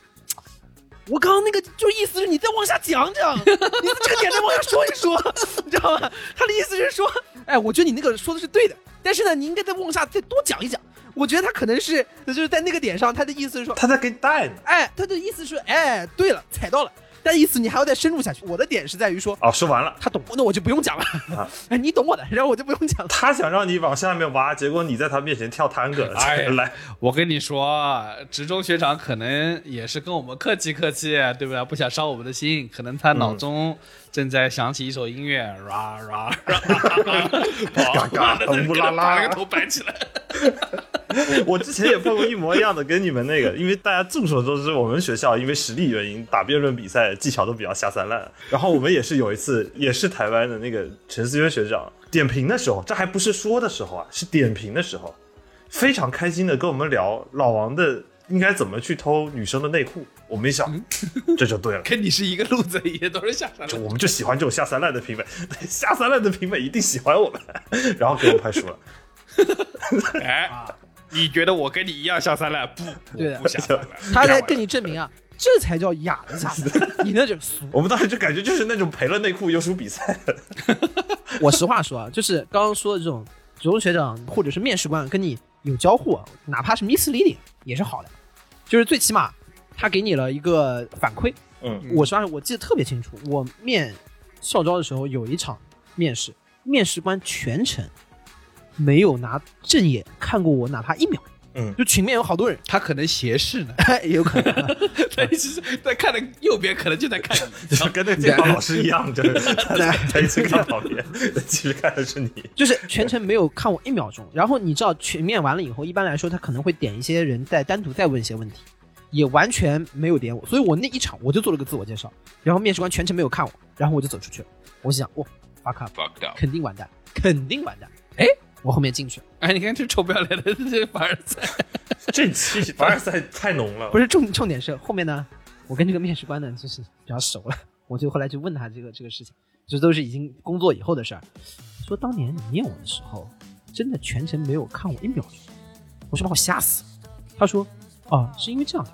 S5: 我刚刚那个就意思是你再往下讲讲，你这 个点再往下说一说，你知道吗？他的意思是说，哎，我觉得你那个说的是对的，但是呢，你应该在问上再多讲一讲。我觉得他可能是就是在那个点上，他的意思是说，
S6: 他在给你带呢。
S5: 哎，他的意思是，哎，对了，踩到了。但意思你还要再深入下去。我的点是在于说，
S6: 哦，说完了，
S5: 他懂，那我就不用讲了。 哎，你懂我的，然后我就不用讲了。
S6: 他想让你往下面挖，结果你在他面前跳探戈，
S4: 哎
S6: 来，
S4: 我跟你说，职中学长可能也是跟我们客气客气，对不对？不想伤我们的心，可能他脑中正在响起一首音乐，ra ra ra，嘎
S6: 嘎乌拉拉
S4: 把那个头摆起来。
S6: 我之前也碰过一模一样的，跟你们那个，因为大家众所周知，我们学校因为实力原因，打辩论比赛技巧都比较下三滥。然后我们也是有一次，也是台湾的那个陈思渊学长点评的时候，这还不是说的时候啊，是点评的时候，非常开心的跟我们聊老王的应该怎么去偷女生的内裤。我们一想，
S4: 嗯
S6: 这就对了。
S4: 跟你是一个路子，也都是下山
S6: 就
S4: 了。
S6: 我们就喜欢这种下三滥的评委，下三滥的评委一定喜欢我们， 然后给我们拍输了。
S4: 哎，你觉得我跟你一样下山了？不，
S5: 对
S4: 我
S5: 的
S4: 不下山了。
S5: 他在跟你证明啊，这才叫雅的下三，你那就是俗。
S6: 我们当时就感觉就是那种赔了内裤又输比赛的，
S5: 我实话说啊，就是刚刚说的这种主动学长或者是面试官跟你有交互，啊哪怕是 misleading 也是好的，就是最起码他给你了一个反馈。
S6: 嗯，
S5: 我实话说，我记得特别清楚，我面校招的时候有一场面试，面试官全程没有拿正眼看过我哪怕一秒。
S6: 嗯
S5: 就群面有好多人，
S4: 他可能斜视呢，
S5: 也 有可能啊、
S4: 他一直在看着右边，可能就在看你。
S6: 就跟那监考老师一样，就是他他一直看旁边，其实看的是你。
S5: 就是全程没有看我一秒钟。然后你知道群面完了以后，一般来说他可能会点一些人再单独再问一些问题，也完全没有点我，所以我那一场我就做了个自我介绍，然后面试官全程没有看我，然后我就走出去了。我心想，哇、f u c k up，
S7: Fucked up.
S5: 肯定完蛋，肯定完蛋。哎，我后面进去了，
S4: 哎，你看这臭不要脸的这凡尔赛，
S6: 这期凡尔赛太浓了，
S5: 不
S6: 是
S5: 是重重点是后面呢，我跟这个面试官呢就是比较熟了，我就后来就问他这个这个事情，这都是已经工作以后的事儿。说当年你念我的时候，真的全程没有看我一秒钟，我说把我吓死。他说，哦，是因为这样的。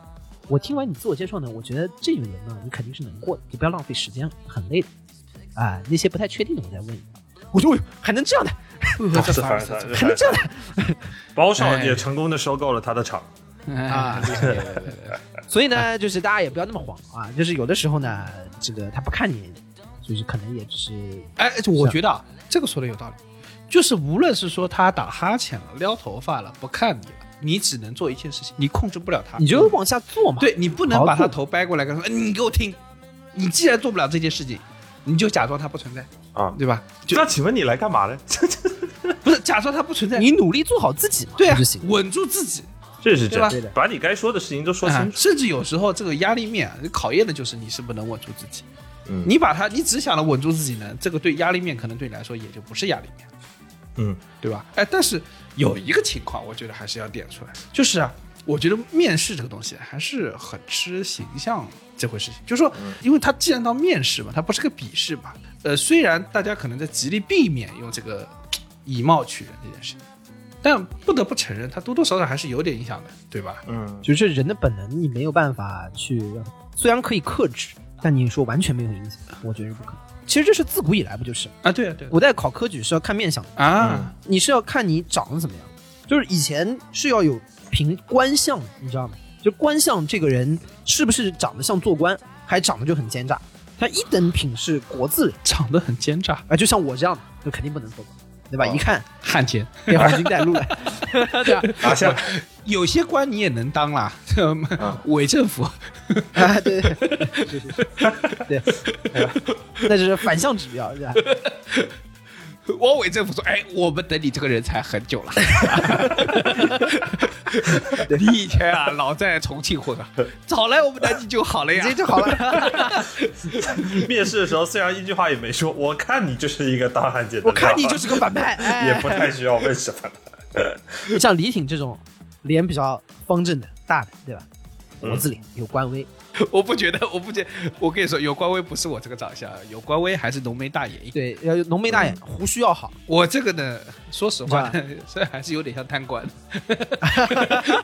S5: 我听完你自我介绍呢，我觉得这个人呢，你肯定是能过的，你不要浪费时间了，很累的。啊，那些不太确定的我再问你。我说，哎呦还能这样的，
S6: 是凡尔赛，
S5: 还能这样的，哎
S6: 包少也成功的收购了他的厂，
S4: 啊！
S5: 所以呢， 就是大家也不要那么慌啊，就是有的时候呢，这个他不看你，就是可能也只是
S4: 哎，而且我觉得啊，这个说的有道理，就是无论是说他打哈欠了、撩头发了、不看你了，你只能做一件事情，你控制不了他，
S5: 你就往下做嘛。
S4: 对你不能把
S5: 好
S4: 他
S5: 做
S4: 头掰过来跟他说，哎你给我听，你既然做不了这件事情，你就假装他不存在
S6: 啊
S4: 对吧？
S6: 那请问你来干 嘛呢？
S4: 不是假装他不存在，
S5: 你努力做好自己嘛，
S4: 对啊
S5: 就行，。
S4: 稳住自己。
S6: 这是真
S4: 对
S5: 吧，
S6: 把你该说的事情都说
S4: 啊
S6: 清，楚。
S4: 甚至有时候这个压力面啊考验的就是你是不是能稳住自己。
S6: 嗯
S4: 你把它，你只想着稳住自己呢，这个对压力面可能对你来说也就不是压力面，
S6: 嗯，
S4: 对吧？哎，但是有一个情况，我觉得还是要点出来，就是啊，我觉得面试这个东西还是很吃形象这回事情，就是说，
S6: 嗯
S4: 因为它既然到面试嘛，它不是个笔试嘛，呃，虽然大家可能在极力避免用这个以貌取人这件事情，但不得不承认，它多多少少还是有点影响的，对吧？
S6: 嗯，
S5: 就是人的本能，你没有办法去让，虽然可以克制，但你说完全没有影响，我觉得是不可能。其实这是自古以来不就是？
S4: 啊，对啊，对啊
S5: 古代考科举是要看面相的，
S4: 啊，
S5: 你是要看你长得怎么样。就是以前是要有凭官相的，你知道吗？就官相这个人是不是长得像做官，还长得就很奸诈。他一等品是国字人
S4: 长得很奸诈，
S5: 啊，就像我这样的，就肯定不能做官，对吧？
S6: 哦
S5: 一看
S4: 汉奸。
S5: 被黄金带路 了，对吧？
S6: 拿下
S4: 有些官你也能当啦，伪政府。
S5: 啊，对 对对对对，那就是反向指标，对吧？
S4: 我伪政府说：“哎，我们等你这个人才很 久了。你以前啊，老在重庆混啊，早来我们南京就好了呀。
S5: 这就好了。
S6: 面试的时候虽然一句话也没说，我看你就是一个大汉奸，
S5: 我看你就是个反派，
S6: 也
S5: 哎
S6: 不太需要问什么。
S5: 像李挺这种脸比较方正的、大的，对吧？
S6: 嗯
S5: 国字脸有官威，
S4: 我不觉得，我不觉我跟你说，有官微不是我这个长相，啊有官微还是浓眉大眼一点。
S5: 对，要有浓眉大
S6: 嗯
S5: 眼，胡须要好。
S4: 我这个呢，说实话， 虽然还是有点像贪 官，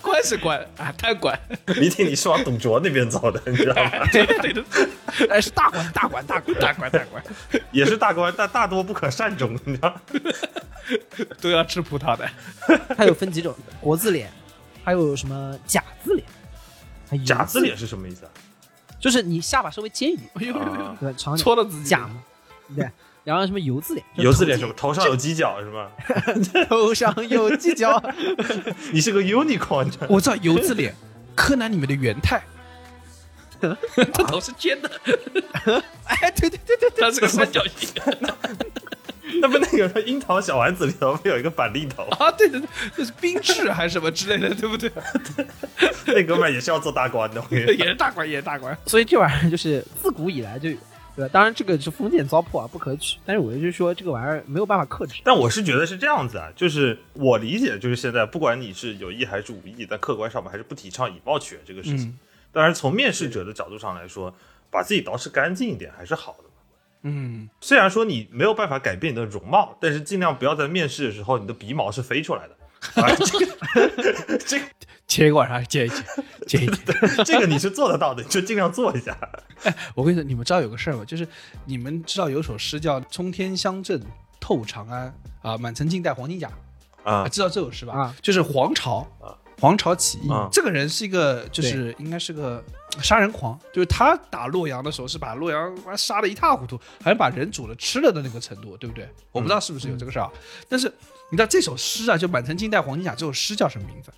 S4: 官是官啊，贪官，
S6: 你听你是往董卓那边走的，你知 道吗？
S4: 对的对的，哎，是大官，大官，大官，大官，大官，
S6: 也是大官，但大多不可善终，你 知道吗？
S5: 嗯
S4: 都要吃葡萄的。
S5: 它有分几种，国字脸，还有什么甲字脸，还有
S6: 夹子脸是什么意思啊？
S5: 就是你下巴稍微尖一点，
S4: 哎呦呦
S6: 啊
S4: 呦，
S5: 对吧，长一点
S4: 戳了自己
S5: 甲嘛，对。然后什么油字脸，
S6: 油字脸什么？头上有犄角是吗？
S5: 头上有犄角，
S6: 你是个 unicorn，你知道吗
S4: 我知道油渍脸，柯南里面的元太， 这头是尖的，
S5: 哎，对对对对对，
S4: 他是个三角形
S6: 那不那个《樱桃小丸子》里头不有一个板栗头？
S4: 啊，对对对，这是冰室还是什么之类的，对不对？
S6: 那哥们儿也是要做大官的，我跟你
S4: 也
S6: 说。
S4: 是大官，也是大官。
S5: 所以这玩意儿就是自古以来就有，对吧？当然这个是封建糟粕啊，不可取。但是我就是说这个玩意儿没有办法克制，
S6: 但我是觉得是这样子啊，就是我理解，就是现在不管你是有意还是无意，但客观上我们还是不提倡以貌取人这个事情。当然，从面试者的角度上来说，把自己捯饬干净一点还是好的嘛。
S4: 嗯，
S6: 虽然说你没有办法改变你的容貌，但是尽量不要在面试的时候你的鼻毛是飞出来的。 啊，这个
S4: 切一管啥？切一切，切一切。
S6: 这个你是做得到的，你就尽量做一下。
S4: 我跟你说，你们知道有个事儿吗？就是你们知道有首诗叫《冲天乡镇透长安》啊，满城尽带黄金甲。
S6: 啊
S4: 啊，知道这首诗吧？
S5: 啊
S4: 就是黄巢，黄巢起义
S6: 啊，
S4: 这个人是一个，就是应该是个杀人狂，就是他打洛阳的时候是把洛阳妈杀的一塌糊涂，好像把人煮了吃了的那个程度，对不对？我不知道是不是有这个事儿啊，但是你知道这首诗啊，就《满城尽带黄金甲》这首诗叫什么名字？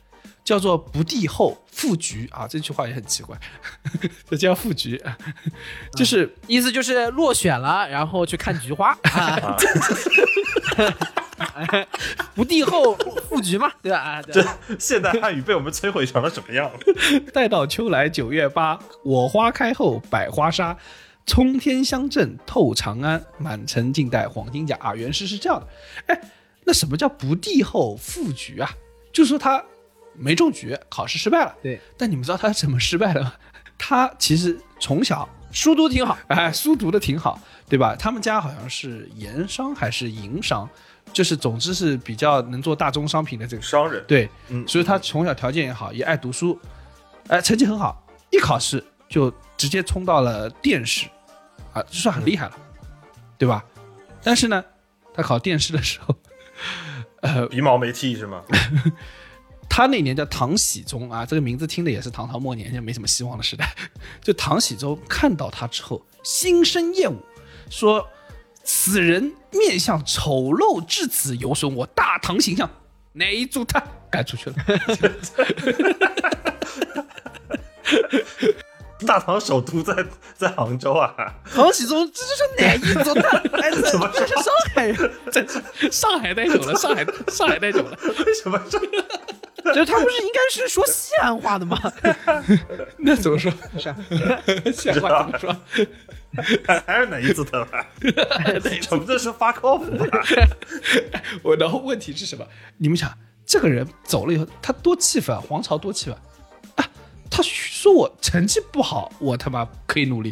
S4: 叫做不地后赋菊啊，这句话也很奇怪， 这叫赋菊， 就是
S5: 意思就是落选了，然后去看菊花，啊、 不地后布局嘛，对吧？啊，对
S6: 这 现代汉语被我们摧毁成了什么样？
S4: 待到秋来九月八，我花开后百花杀。冲天乡镇透长安，满城尽带黄金甲。啊，原诗是这样的。哎，那什么叫不地后赋菊啊？就是说他没中举，考试失败了。
S5: 对，
S4: 但你们知道他怎么失败的吗？他其实从小
S5: 书都挺好，
S4: 哎，书读的挺好，对吧？他们家好像是盐商还是营商，就是总之是比较能做大宗商品的这个
S6: 商人，
S4: 对，
S6: 嗯
S4: 所以他从小条件也好，也爱读书，哎、成绩很好，一考试就直接冲到了殿试，啊，就算很厉害了，
S6: 嗯
S4: 对吧？但是呢，他考殿试的时候，
S5: 呃
S6: 鼻毛没 剃是吗？
S4: 他那年叫唐僖宗啊，这个名字听的也是唐朝末年，就没什么希望的时代。 就唐僖宗看到他之后，心生厌恶，说：“此人面相丑陋至此，有损我大唐形象，乃诛他！”赶出 去了。
S6: 大唐首都在在杭州啊，
S5: 唐僖宗这就是哪一宗大？ 哎，这这是上海人，
S4: 真是上海待久了，上海上海待久了，
S6: 为什么这
S5: 就是他不是应该是说西安话的吗？
S4: 那怎么说？啊
S5: 是啊
S4: 像话怎么说？
S6: 还是哪一次的 吧？我们这是发啊 c 服吧？
S4: 我然后问题是什么？你们想，这个人走了以后，他多气愤啊，黄巢多气愤啊！他说我成绩不好，我他妈可以努力；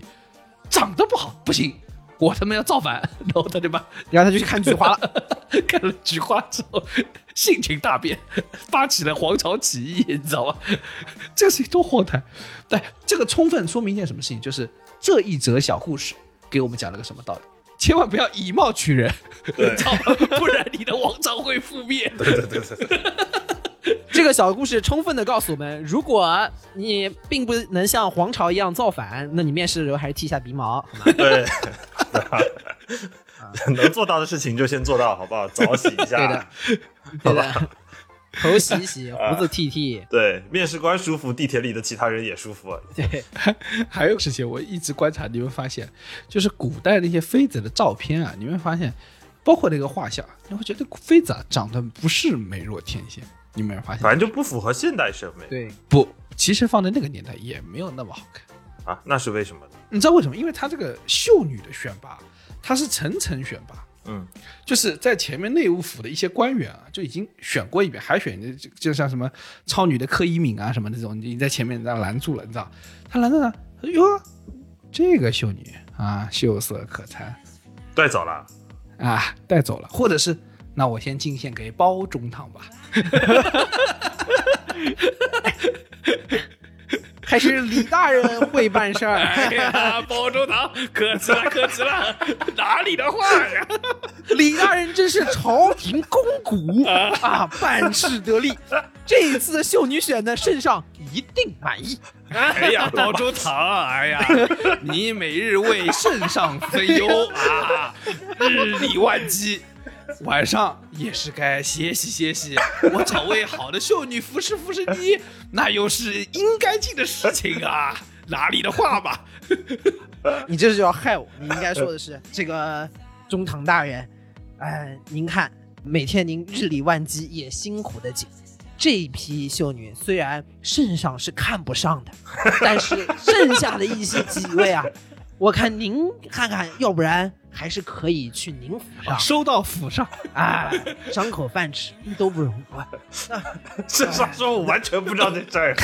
S4: 长得不好不行，我他妈要造反。 然后他就把
S5: 然后他就去看菊花了。
S4: 看了菊花之后，性情大变，发起了黄巢起义，你知道吗？ 这个事情多荒唐！但这个充分说明一件什么事情，就是这一则小故事给我们讲了个什么道理？千万不要以貌取人，
S6: 对
S4: 你知道吗不然你的王朝会覆灭。
S5: 这个小故事充分的告诉我们，如果你并不能像黄巢一样造反，那你面试的时候还是剃一下鼻毛，好吗？
S6: 对， 能做到的事情就先做到，好不好？早洗一
S5: 对的
S6: 下，
S5: 对的，头洗一洗，胡子剃一剃，
S6: 对，面试官舒服，地铁里的其他人也舒服。
S5: 对，
S4: 还有一个事情，我一直观察，你会发现，就是古代那些妃子的照片啊，你会发现，包括那个画像，你会觉得妃子啊长得不是美若天仙，你有没有发现？
S6: 反正就不符合现代审美
S5: 对，
S4: 不，其实放在那个年代也没有那么好看。
S6: 啊，那是为什么呢？
S4: 你知道为什么？因为它这个秀女的选拔，它是层层选拔，
S6: 嗯，
S4: 就是在前面内务府的一些官员啊，就已经选过一遍，还选就就像什么超女的柯一敏啊什么的这种，已经在前面让拦住了，你知道？他拦着呢，哎呦，这个秀女啊，秀色可餐
S6: 带走 了，
S4: 啊，带走了，或者是那我先进献给包中堂吧。
S5: 还是李大人会办事 儿，
S4: 哎呀，包中堂可吃了，可吃了，哪里的话呀？
S5: 李大人真是朝廷肱骨啊，办事得力。这一次的秀女选的圣上一定满意。
S4: 哎呀，包中堂，哎呀，你每日为圣上分忧啊，日理万机，晚上也是该歇息歇息。我找位好的秀女服侍服侍你，那又是应该尽的事情啊，哪里的话吧？
S5: 你这是要害我！你应该说的是这个中堂大人，哎、您看每天您日理万机也辛苦的紧。这一批秀女虽然圣上是看不上的，但是剩下的一些几位啊，我看您看看，要不然还是可以去您府上
S4: 收到府上，
S5: 啊，张口饭吃都不容易。啊
S6: 圣上说我完全不知道这事儿，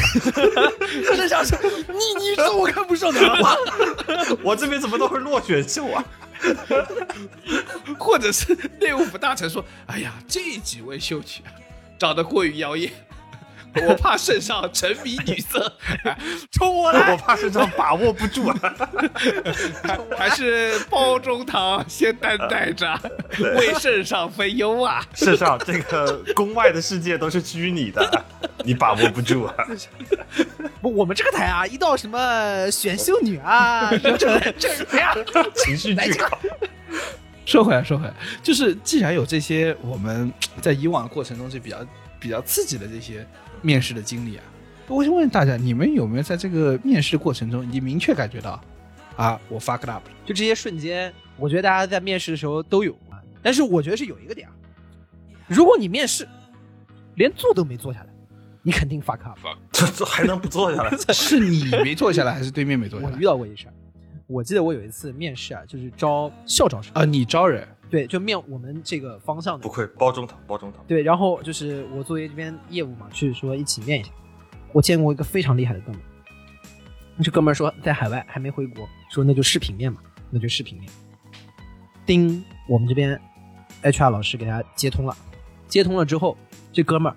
S5: 圣上说：“你你说我看不上的啊，
S6: 我这边怎么都是落选秀啊？
S4: 或者是内务府大臣说：“哎呀，这几位秀女啊，长得过于妖艳，我怕圣上沉迷女色，哎冲我来！
S6: 我怕圣上把握不 住啊。
S4: 还还是包中堂先担待着，为圣上分忧啊！
S6: 圣上，这个宫外的世界都是虚拟 的，你把握不住啊。
S5: 不，我们这个台啊，一到什么选秀女 啊，什么这这哎呀，
S6: 情绪巨高，
S4: 说回来，说回来，就是既然有这些我们在以往的过程中是比较比较刺激的这些面试的经历啊，我想问大家，你们有没有在这个面试过程中，你明确感觉到啊，我 fuck up 了？
S5: 就这些瞬间，我觉得大家在面试的时候都有啊。但是我觉得是有一个点啊，如果你面试连坐都没坐下来，你肯定 fuck up。
S6: 这这还能不坐 下来？
S4: 是你没坐下来，还是对面没坐下
S5: 我
S4: 来
S5: 遇？到过一事儿，我记得我有一次面试啊，就是招校长生，
S4: 啊，你招人，
S5: 对，就面我们这个方向的
S6: 不，愧包中堂，包中堂。
S5: 对，然后就是我作为这边业务嘛，去说一起面一下。我见过一个非常厉害的哥们儿，这哥们儿说在海外还没回国，说那就视频面嘛，那就视频面。叮，我们这边 HR 老师给他接通了，接通了之后，这哥们儿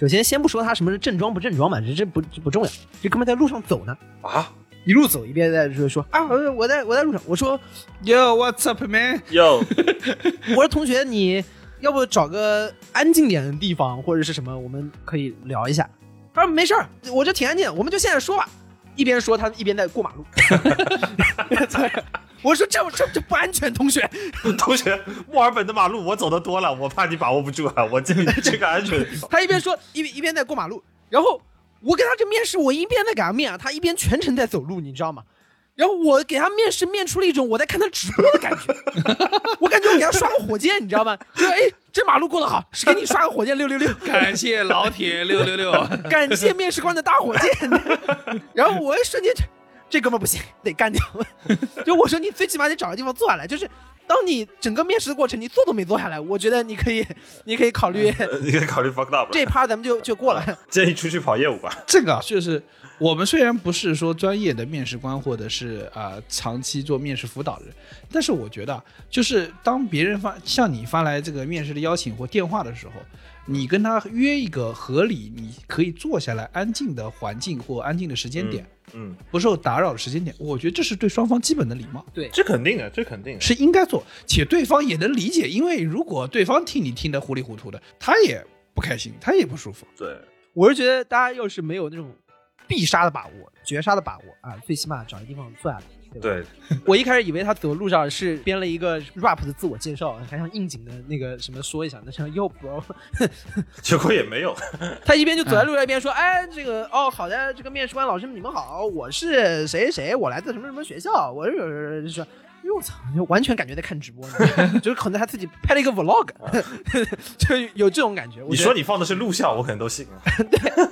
S5: 首先先不说他什么是正装不正装嘛，这这不这不重要，这哥们儿在路上走呢，
S6: 啊，
S5: 一路走一边在说说啊，呃我在我在路上，我说
S4: Yo, what's up, man？
S6: 哟，
S5: 我说同学，你要不找个安静点的地方或者是什么，我们可以聊一下。他说没事儿，我这挺安静的，我们就现在说吧。一边说，他一边在过马路。 我说这这这不安全，同学。
S6: 同学，墨尔本的马路我走的多了，我怕你把握不住啊。 我建议你去个安全的地 方。
S5: 他一边说一边一边在过马路，然后我给他这面试，我一边在给他面啊，他一边全程在走路，你知道吗？然后我给他面试，面出了一种我在看他直播的感觉，我感觉我给他刷个火箭，你知道吗？就哎，这马路过得好，是给你刷个火箭六六 六。
S4: 感谢老铁六六六。
S5: 感谢面试官的大火箭。 然后我一瞬间就，这哥们儿不行，得干掉。 就我说你最起码得找个地方坐下来，就是当你整个面试的过程你坐都没坐下来，我觉得你可以， 你可以考虑
S6: 你可以考虑 fuck up
S5: 这
S6: 了，
S5: 一趴咱们就就过了。
S6: 建议出去跑业务吧。
S4: 这个啊，就是我们虽然不是说专业的面试官或者是啊、呃长期做面试辅导人，但是我觉得啊，就是当别人发向你发来这个面试的邀请或电话的时候，你跟他约一个合理你可以坐下来安静的环境或安静的时间点，
S6: 嗯，
S4: 不受打扰的时间点，我觉得这是对双方基本的礼貌。
S6: 这肯定啊的，这肯定的。
S4: 是应该做，且对方也能理解，因为如果对方听你听得糊里糊涂的，他也不开心，他也不舒服。
S6: 对，
S5: 我是觉得大家要是没有那种必杀的把握、绝杀的把握啊，最起码找个地方坐下来。 对吧
S6: 对，
S5: 我一开始以为他走路上是编了一个 rap 的自我介绍，还像应景的那个什么说一下，那像 Yo bro，
S6: 结果也没有。
S5: 他一边就走在路上，一边说：“哎，这个哦，好的，这个面试官老师你们好，我是谁谁谁，我来自什么什么学校，我是就是。”哎呦我操！就完全感觉在看直播呢，就是可能他自己拍了一个 vlog，就有这种感觉。我
S6: 你
S5: 觉得
S6: 说你放的是录像，我可能都信啊了。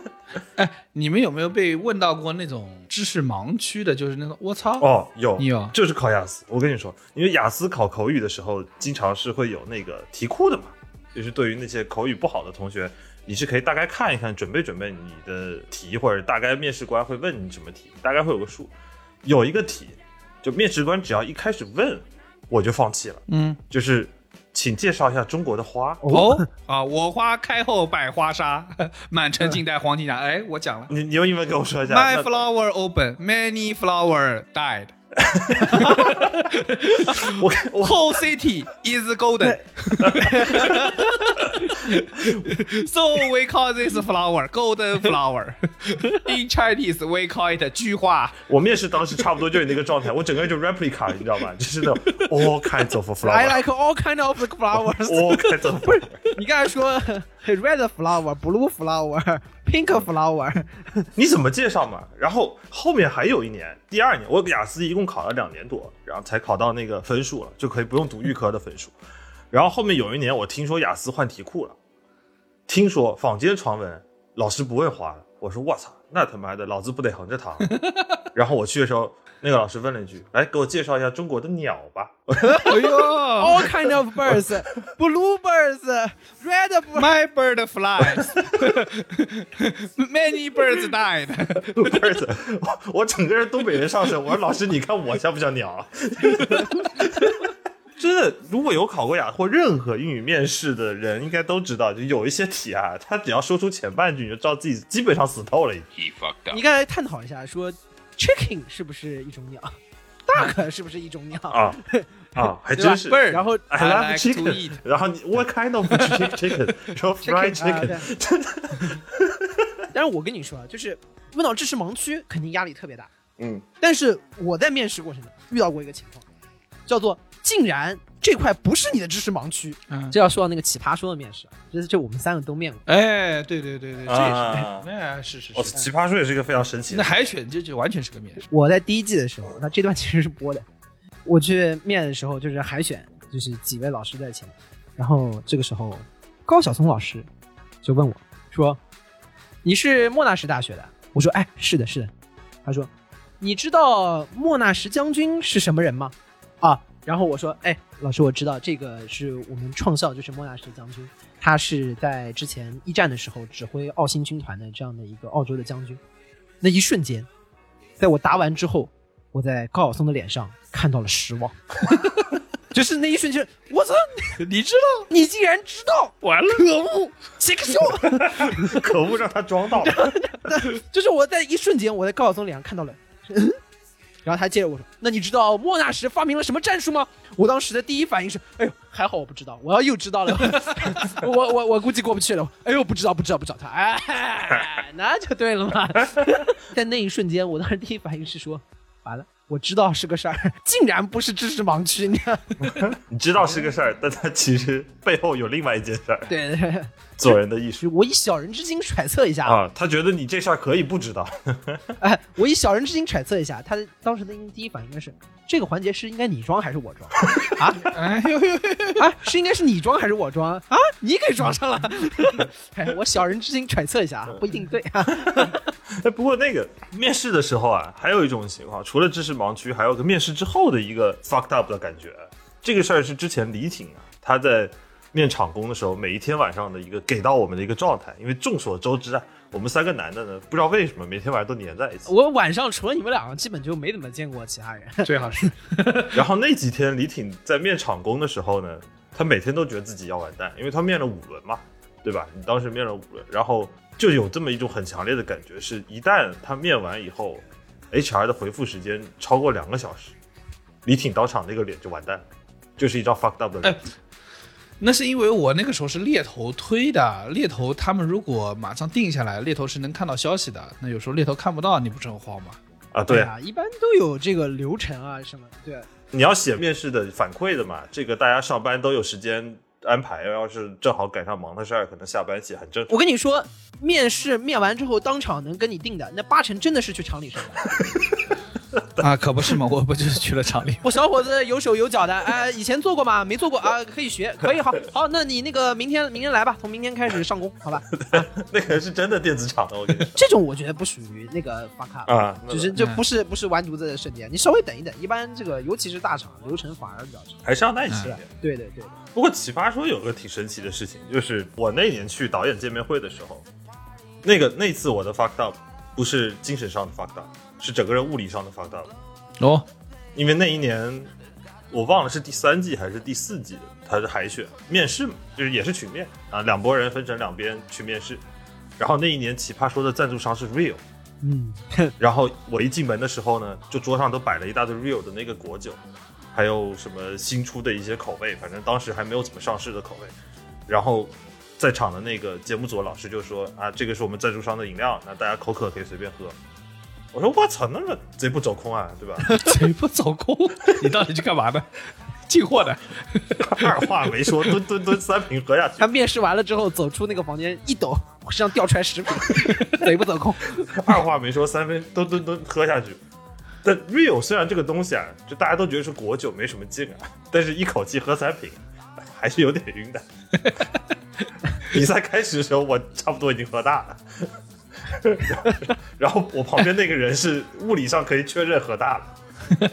S4: 哎你们有没有被问到过那种知识盲区的？就是那种我操，
S6: 哦，有，
S4: 你有
S6: 就是考雅思。我跟你说，因为雅思考口语的时候，经常是会有那个题库的嘛，就是对于那些口语不好的同学，你是可以大概看一看，准备准备你的题，或者大概面试官会问你什么题，大概会有个数。有一个题，就面试官只要一开始问，我就放弃了，
S5: 嗯，
S6: 就是请介绍一下中国的花。
S4: 哦啊，我花开后百花杀，满城尽带黄金甲。哎，我讲了
S6: 你你用英文跟我说一下。
S4: ，My
S6: 嗯那
S4: flower open, many flower died.
S6: 我我
S4: Whole city is golden. so we call this flower golden flower. In Chinese, we call it 菊花。
S6: 我面试当时差不多就是那个状态，我整个人就 replica，你知道吧？就是那种 哦 all kinds of
S5: I
S6: flower，all
S5: 哎 like all kind of flowers。
S6: kinds of flower。
S5: 你刚才说 red flower、blue flower、pink flower，
S6: 你怎么介绍嘛？然后后面还有一年，第二年我雅思一共考了两年多，然后才考到那个分数了，就可以不用读预科的分数。然后后面有一年，我听说雅思换题库了，听说坊间传闻老师不问花了，我说我操，那他妈的老子不得横着躺？然后我去的时候，那个老师问了一句：“来给我介绍一下中国的鸟吧。
S4: 哎呦
S5: all kind of birds, blue birds, red birds。
S4: ，My bird flies, many birds died.
S6: 不是我我整个人东北人上身，我说老师，你看我像不像鸟 啊？真的，如果有考过雅或任何英语面试的人，应该都知道，就有一些题啊，他只要说出前半句，你就知道自己基本上死透了已经。
S7: He fucked up.
S5: 你刚才探讨一下，说 chicken 是不是一种鸟，duck 是不是一种鸟？
S6: 啊啊，还
S5: 对吧
S6: 真是。
S5: 然后
S6: I
S4: I
S6: love
S4: like to
S6: chicken，
S4: eat
S6: 然后你 what kind of chicken chicken，然后 fried
S5: Chicken，啊
S6: chicken，真的
S5: 但是我跟你说，啊，就是问到知识盲区，肯定压力特别大。
S1: 嗯，
S5: 但是我在面试过程中遇到过一个情况，叫做竟然这块不是你的知识盲区，
S4: 嗯
S5: 这要说到那个奇葩说的面试，啊这这我们三个都面过。
S4: 哎，对对对对，这也
S6: 啊
S4: 是，哎，是是
S6: 我
S4: 是。
S6: 奇葩说也是一个非常神奇
S4: 那
S6: 的。
S4: 海选这就完全是个面试，
S5: 我在第一季的时候，那这段其实是播的。我去面的时候，就是海选，就是几位老师在前，然后这个时候高晓松老师就问我说：“你是莫纳什大学的？”我说：“哎，是的，是的。”他说：“你知道莫纳什将军是什么人吗？”啊，然后我说：“哎，老师，我知道这个是我们创校，就是莫纳什将军，他是在之前一战的时候指挥澳新军团的这样的一个澳洲的将军。”那一瞬间，在我答完之后，我在高晓松的脸上看到了失望， 就是那一瞬间，我操，
S4: 你知道？
S5: 你竟然知道，完了，可恶，这个秀，
S6: 可恶，让他装到了。
S5: 就是我在一瞬间，我在高晓松脸上看到了。 嗯然后他接着我说：“那你知道莫纳什发明了什么战术吗？”我当时的第一反应是：“哎呦，还好我不知道，我要又知道了， 我我我估计过不去了。”哎呦，不知道不知道不知道他，哎， 那就对了嘛。在那一瞬间，我当时第一反应是说：“完了，我知道是个事儿，竟然不是知识盲区。” 你看，
S6: 你知道是个事儿，但他其实背后有另外一件事儿，
S5: 对对对，
S6: 做人的艺术。
S5: 就我以小人之心揣测一下，
S6: 啊，他觉得你这事儿可以不知道。
S5: 哎，我以小人之心揣测一下，他当时的第一反应应该是这个环节是应该你装还是我装
S4: 哎呦呦，
S5: 啊？是应该是你装还是我装啊？你给装 上了，哎，我小人之心揣测一下，不一定对啊。
S6: 哎，不过那个面试的时候啊，还有一种情况，除了知识盲区，还有个面试之后的一个 fucked up 的感觉。这个事儿是之前李挺啊，他在面场工的时候，每一天晚上的一个给到我们的一个状态。因为众所周知啊，我们三个男的呢，不知道为什么每天晚上都黏在一 起。
S5: 我晚上除了你们两个，基本就没怎么见过其他人。
S4: 最好是
S6: 然后那几天李挺在面场工的时候呢，他每天都觉得自己要完蛋，因为他面了五轮嘛，对吧？你当时面了五轮，然后就有这么一种很强烈的感觉，是一旦他面完以后，HR 的回复时间超过两个小时，李挺当场那个脸就完蛋了，就是一张 fucked up 的脸。
S4: 哎那是因为我那个时候是猎头推的，猎头他们如果马上定下来，猎头是能看到消息的。那有时候猎头看不到，你不是很慌吗？
S6: 啊，对，
S5: 啊，一般都有这个流程啊什么的。对，
S6: 你要写面试的反馈的嘛，这个大家上班都有时间安排，要是正好赶上忙的事儿，可能下班写很正常。
S5: 我跟你说，面试面完之后当场能跟你定的，那八成真的是去厂里上班。
S4: 啊，可不是嘛，我不就是去了厂里
S5: 我小伙子有手有脚的，哎，以前做过吗？没做过啊，可以学，可以，好，好，那你那个明天明天来吧，从明天开始上工，好吧？
S6: 那个是真的电子厂的，我跟你 说
S5: 这种我觉得不属于那个发卡，
S6: 啊，那
S5: 就是这不是不是完犊子的瞬间，你稍微等一等，一般这个尤其是大厂流程反而比较长。
S6: 还是要耐心一点。
S5: 对对对的，
S6: 不过奇葩说有个挺神奇的事情，就是我那年去导演见面会的时候，那个那次我的 fucked up 不是精神上的 fucked up，是整个人物理上的 fucked up。
S4: 哦，
S6: 因为那一年我忘了是第三季还是第四季，它是海选面试嘛，就是也是群面啊，两拨人分成两边去面试。然后那一年奇葩说的赞助商是 Real，
S5: 嗯，
S6: 然后我一进门的时候呢，就桌上都摆了一大堆 Real 的那个果酒，还有什么新出的一些口味，反正当时还没有怎么上市的口味。然后在场的那个节目组的老师就说啊，这个是我们赞助商的饮料，那大家口渴可以随便喝。我说我操，那么贼不走空啊，对吧？
S4: 贼不走空，哦你到底去干嘛呢？进货的，
S6: 二话没说，蹲蹲蹲三瓶喝下去，
S5: 他面试完了之后走出那个房间一抖，身上掉出来食品，贼不走空。
S6: 二话没说三分蹲蹲蹲喝下去。但 real 虽然这个东西啊，就大家都觉得是果酒没什么劲啊，但是一口气喝三瓶，还是有点晕的。比赛开始的时候，我差不多已经喝大了。 然后我旁边那个人是物理上可以确认喝大了，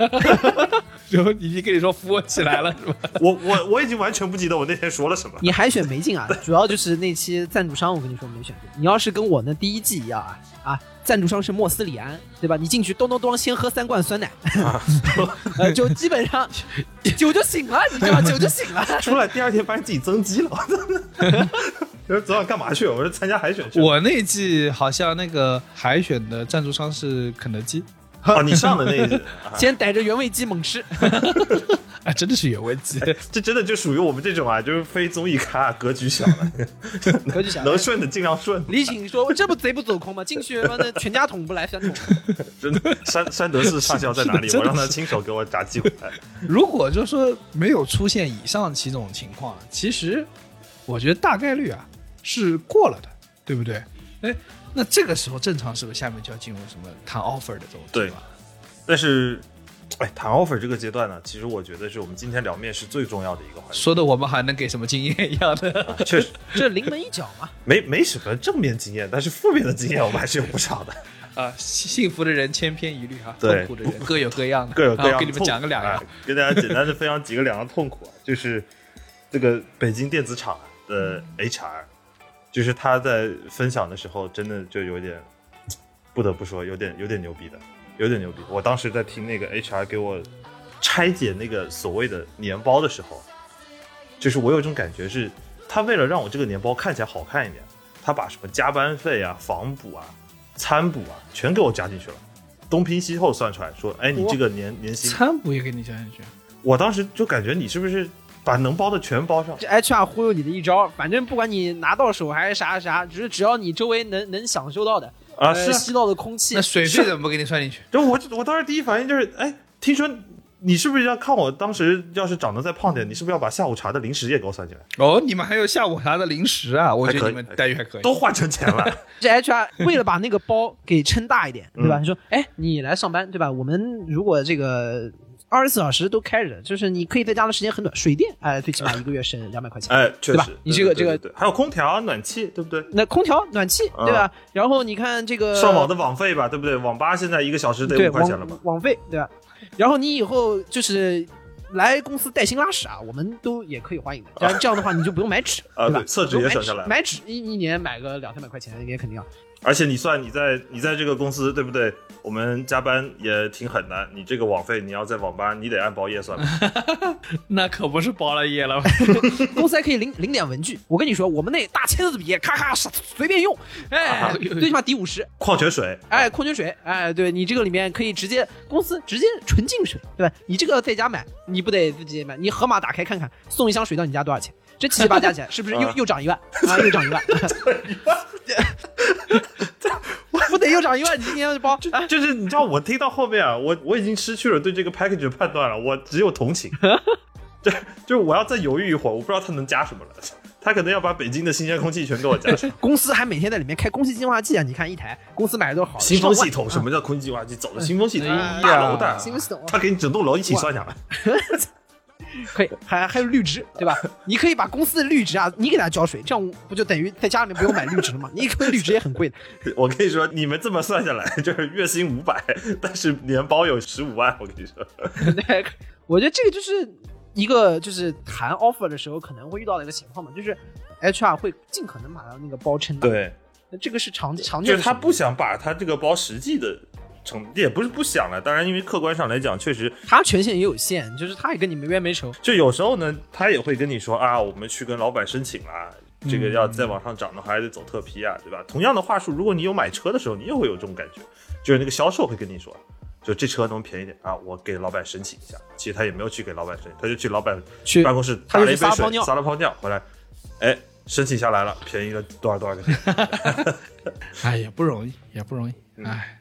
S4: 然后已经跟你说扶我起来了，是吧？
S6: 我我我已经完全不记得我那天说了什么。
S5: 你海选没 进啊，主要就是那期赞助商，我跟你说没选进。你要是跟我那第一季一样啊啊，赞助商是莫斯里安，对吧？你进去咚咚咚，先喝三罐酸奶，
S6: 啊
S5: 呃，就基本上酒就醒了，你知 道吗？酒就醒了。
S6: 出来第二天发现自己增肌了， 就是昨晚干嘛去？我说参加海选去了。
S4: 我那季好像那个海选的赞助商是肯德基，
S6: 啊，你上的那一集，啊
S5: 先逮着原味鸡猛 吃，
S4: 哎，真的是原味鸡，
S6: 这真的就属于我们这种啊，就是非综艺咖，格局小的，
S5: 格局小
S6: 能顺的尽量顺，
S5: 李挺说：“这不贼不走空吗？进去妈的全家桶不来三桶，
S6: 真的。山山德士上校在哪里？我让他亲手给我炸鸡回来。
S4: 如果就说没有出现以上几种情况，其实我觉得大概率啊是过了的，对不对？哎，那这个时候正常是不是下面就要进入什么谈 offer 的这种
S6: 对
S4: 吧？
S6: 但是，哎，谈 offer 这个阶段呢，其实我觉得是我们今天聊面试最重要的一个环节。
S4: 说的我们还能给什么经验一样的？
S6: 确实
S5: 这临门一脚嘛。
S6: 没没什么正面经验，但是负面的经验我们还是有不少的。
S4: 啊， 幸福的人千篇一律啊，
S6: 对
S4: 痛苦的人各有各样的，
S6: 各有各
S4: 啊
S6: 样的痛苦、
S4: 我给你们讲个两样
S6: 哎。跟大家简单的分享几个两样痛苦啊，就是这个北京电子厂的 HR，就是他在分享的时候，真的就有点不得不说，有点有点牛逼的，有点牛逼。我当时在听那个 HR 给我拆解那个所谓的年包的时候，就是我有一种感觉是，他为了让我这个年包看起来好看一点，他把什么加班费啊、房补啊、餐补啊，全给我加进去了。东拼西凑算出来说，哎，你这个年年薪
S4: 餐补也给你讲一句，
S6: 我当时就感觉你是不是把能包的全包上？
S5: 这 HR 忽悠你的一招，反正不管你拿到手还是啥啥，只是只要你周围能能享受到的
S6: 啊
S5: 呃
S6: 是啊
S5: 吸到的空气
S4: 那，水费怎么不给你算进去？
S6: 就我我当时第一反应就是，哎，听说你是不是要看我当时要是长得再胖点，你是不是要把下午茶的零食也给我算进来？
S4: 哦，你们还有下午茶的零食啊？我觉得你们
S6: 还可以
S4: 待遇还可以。
S6: 都换成钱 了，
S5: 这 HR 为了把那个包给撑大一点，对吧？
S6: 嗯
S5: 你说，哎，你来上班，对吧？我们如果这个二十四小时都开着，就是你可以在家的时间很短，水电，哎，最起码一个月省两百块钱。
S6: 哎，确
S5: 对吧
S6: 实，
S5: 你这个
S6: 对
S5: 这个
S6: 对对对还有空调、暖气，对不对？
S5: 那空调、暖气，
S6: 嗯
S5: 对吧？然后你看这个
S6: 上网的网费吧，对不对？网吧现在一个小时得
S5: 呃对
S6: 五块钱了吧
S5: 网？网费，对吧？然后你以后就是来公司带薪拉屎啊，我们都也可以欢迎的。这样这样的话，你就不用买纸，
S6: 啊
S5: 吧
S6: 对？厕纸也省下来了
S5: 不用买纸买纸一一年买个两三百块钱也肯定要。
S6: 而且你算你在你在这个公司，对不对？我们加班也挺狠的，你这个网费你要在网吧，你得按包 夜算吧。
S4: 那可不是包了夜了吧？
S5: 公司还可以领领点文具，我跟你说，我们那大签子笔，咔咔随便用，哎，最起码抵五十。
S6: 矿泉水，
S5: 哎，矿泉水，哎，对你这个里面可以直接公司直接纯净水，对吧？你这个在家买，你不得自己买？你盒马打开看看，送一箱水到你家多少钱？这七七八加起来是不是又又涨一万啊？又 涨一万，不得又涨一万？你今年包 哎
S6: 就是你知道，我听到后面啊，我我已经失去了对这个 package 的判断了，我只有同 情。对，就是我要再犹豫一会儿，我不知道他能加什么了。他可能要把北京的新鲜空气全给我加上，
S5: 公司还每天在里面开空气净化器啊！你看一台公司买的都好，
S6: 新风系
S5: 上
S6: 统什么叫空气净化器？走的 新风系统，
S4: 哎呀
S6: 大楼的
S5: 万，新风系统
S6: 他给你整栋楼一起算下来。
S5: 可以， 还还有绿植，对吧？你可以把公司的绿植啊，你给它浇水，这样不就等于在家里面不用买绿植了吗？你可以绿植也很贵的。
S6: 我跟你说，你们这么算下来 就是月薪五百，但是年包有十五万。我跟你说，
S5: 对，我觉得这个就是一个就是谈 offer 的时候可能会遇到的一个情况嘛，就是 HR 会尽可能把他那个包撑大，
S6: 对，
S5: 那这个是常常见
S6: 就
S5: 的
S6: 是
S5: 事情，
S6: 他不想把他这个包实际的成，也不是不想了。当然，因为客观上来讲，确实
S5: 他权限也有限，就是他也跟你没冤没仇。
S6: 就有时候呢，他也会跟你说啊，我们去跟老板申请啊，这
S5: 嗯
S6: 个要再往上涨的话，还得走特批啊，对吧？同样的话术，如果你有买车的时候，你也会有这种感觉，就是那个销售会跟你说，就这车能便宜点啊，我给老板申请一下。其实他也没有去给老板申请，他就去老板
S5: 去
S6: 办公室
S5: 他就
S6: 打了一
S5: 去撒
S6: 杯
S5: 泡
S6: 水，
S5: 尿
S6: 撒了泡尿回来，哎，申请下来了，便宜了多少多少个点。
S4: 哎，也不容易，也不容易，
S5: 嗯
S4: 哎，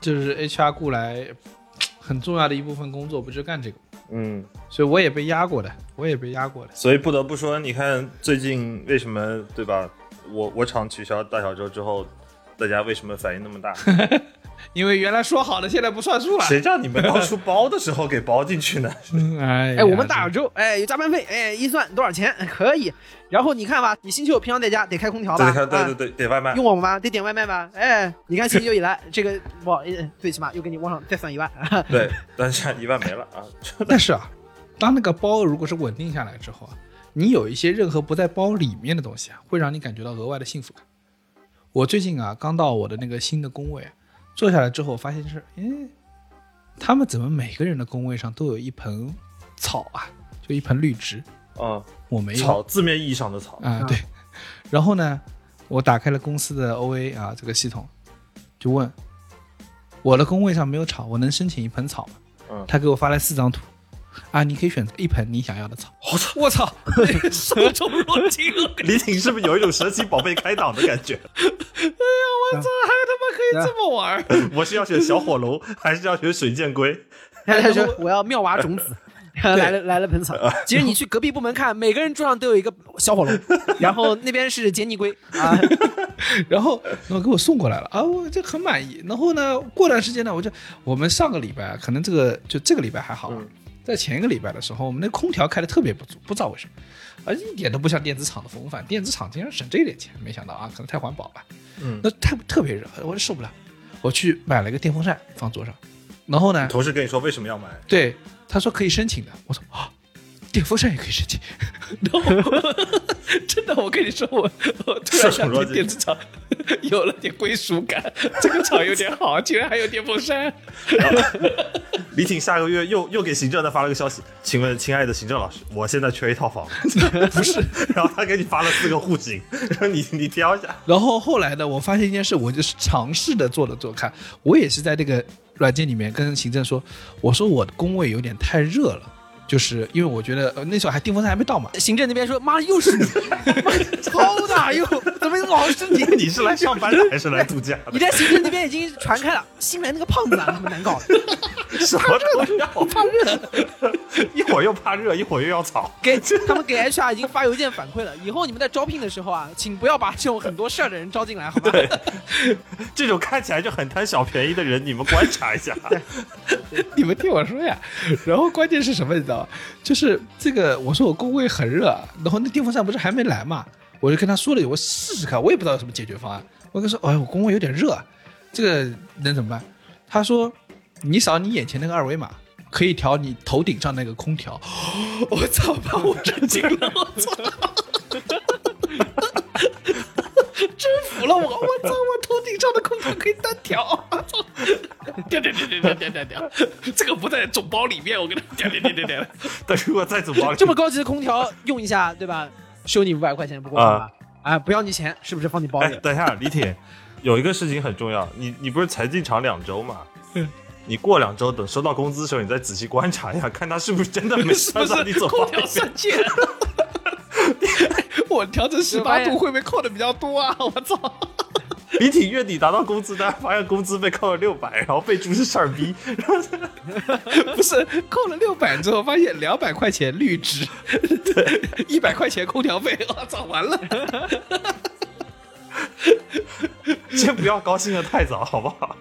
S4: 就是 HR 雇来很重要的一部分工作，不就干这个？
S6: 嗯，
S4: 所以我也被压过的，我也被压过的。
S6: 所以不得不说，你看最近为什么对吧？我我厂取消大小周之后，大家为什么反应那么大？
S4: 因为原来说好的，现在不算数了。
S6: 谁叫你们当初包的时候给包进 去呢？
S4: 嗯哎呀
S6: 啊
S5: 哎，我们大小周，哎，有加班费，哎，一算多少钱 可以。然后你看吧，你星期六平常在家得开空调吧？
S6: 对对对
S5: 啊
S6: 对，点外卖
S5: 用。我们吧，得点外卖吧。哎，你看星期六以 来，这个往呃最起码又给你往上再算一万。
S6: 对，但是一万没了啊！
S4: 但是啊，当那个包如果是稳定下来之后啊，你有一些任何不在包里面的东西啊，会让你感觉到额外的幸福感。我最近啊，刚到我的那个新的工位啊，坐下来之后发现是，哎，他们怎么每个人的工位上都有一盆草啊，就一盆绿植，
S6: 嗯，
S4: 我没有
S6: 草字面意义上的草，
S4: 啊、对。然后呢，我打开了公司的 OA 啊这个系统，就问我的工位上没有草，我能申请一盆草吗？
S6: 嗯
S4: 他给我发来四张图，啊，你可以选择一盆你想要的草。我操！我操！
S2: 什么种逻辑？
S6: 李挺是不是有一种神奇宝贝开档的感觉？
S4: 哎还他妈可以这么玩儿？
S6: 我是要选小火龙，还是要选水箭龟？哎
S5: 他说我要妙蛙种 子， 然后来了来了盆草。
S6: 呃
S5: 其实你去隔壁部门看，每个人桌上都有一个小 火龙，然后那边是杰尼龟啊，
S4: 然后然后给我送过来了啊，我就很满意。然后呢，过段时间呢，我就我们上个礼拜啊可能这个就这个礼拜还好啊，在前一个礼拜的时候，我们那空调开的特别不足，不知道为什么，而一点都不像电子厂的风范。电子厂竟然省这点钱，没想到啊，可能太环保了。嗯，那太特别热，我就受不了。我去买了一个电风扇放桌上，然后呢，
S6: 同事跟你说为什么要买？
S4: 对，他说可以申请的。我说啊，电风扇也可以申请。然后我 真的，我跟你说，我我突然想对电子厂有了点归属感。这个厂有点好，竟然还有电风扇。
S6: 李挺下个月又又给行政再发了个消息，请问亲爱的行政老师，我现在缺一套房，不是？ 然后他给你发了四个户型， 说你你挑一下。
S4: 然后后来呢，我发现一件事，我就是尝试的做了做看。我也是在这个软件里面跟行政说，我说我的工位有点太热了。就是因为我觉得、呃、那时候还电风扇还没到嘛，
S5: 行政那边说妈又是你，超大又怎么老是你？
S6: 你是来上班的还是来度假
S5: 你
S6: 的？
S5: 在行政那边已经传开了，新来那个胖子啊，他们难 搞了，
S6: 什么都要，怕热， 一会儿又怕热，一会儿又要草。
S5: 给他们给 HR 已经发邮件反馈了，以后你们在招聘的时候啊，请不要把这种很多事儿的人招进来，好吧？
S6: 对，这种看起来就很贪小便宜的人，你们观察 一下。
S4: 你们听我说呀。然后关键是什么，你知道吗？就是这个，我说我工位很热，然后那电风扇不是还没来嘛，我就跟他说了，我试试看，我也不知道有什么解决方案。我跟他说，哎，我工位有点热，这个能怎么办？他说，你扫你眼前那个二维码。可以调你头顶上那个空调， 我操！把我震惊了，我操！ 征服了我，我操！我头顶上的空调可以单调，我操！ 掉掉掉掉掉掉掉， 这个不在总包里面，我跟他掉掉掉掉掉。
S6: 但如果再怎么
S5: 这么高级的空调用一下，对吧？收你五百块钱不过分吧？啊，不要你钱，是不是放你包
S6: 哎，
S5: 里？
S6: 等一下，李铁，有一个事情很重要，你你不是才进厂两周 吗？
S5: 嗯
S6: 你过两周等收到工资的时候，你再仔细观察一下，看他是不是真的 没算到你走
S4: 空
S6: 包
S4: 调
S6: 里面。
S4: 三千，我调成十八度会不会扣的比较多啊？我操！
S6: 李挺月底拿到工资单，发现工资被扣了六百，然后被猪是事儿逼，然后
S4: 不是扣了六百之后，发现两百块钱绿植， 一百块钱空调费，我操，完了！
S6: 先不要高兴的太早，好不好？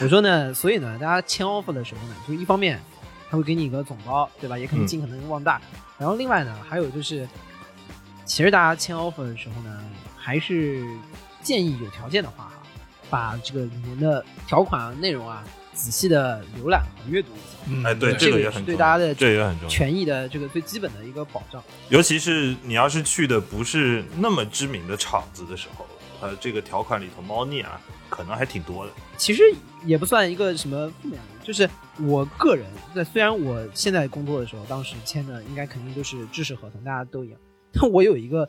S5: 我说呢，所以呢，大家签 offer 的时候呢，就一方面他会给你一个总包，对吧？也可
S6: 嗯
S5: 能尽可能往大。然后另外呢，还有就是，其实大家签 offer 的时候呢，还是建议有条件的话哈，把这个里面的条款啊、内容啊，仔细的浏览和阅读一下，
S6: 哎，对，
S4: 嗯
S5: 这
S6: 这
S5: 个
S6: 个
S5: 也
S6: 也
S5: 是
S6: 很
S5: 对
S6: 重
S5: 大家
S6: 要，
S5: 的
S6: 这个也很重要。
S5: 权益的这个最基本的一个保障。
S6: 尤其是你要是去的不是那么知名的场子的时候，呃，这个条款里头猫腻啊，可能还挺多的。
S5: 其实也不算一个什么负面的，就是我个人，对，虽然我现在工作的时候，当时签的应该肯定都是制式合同，大家都一样，但我有一个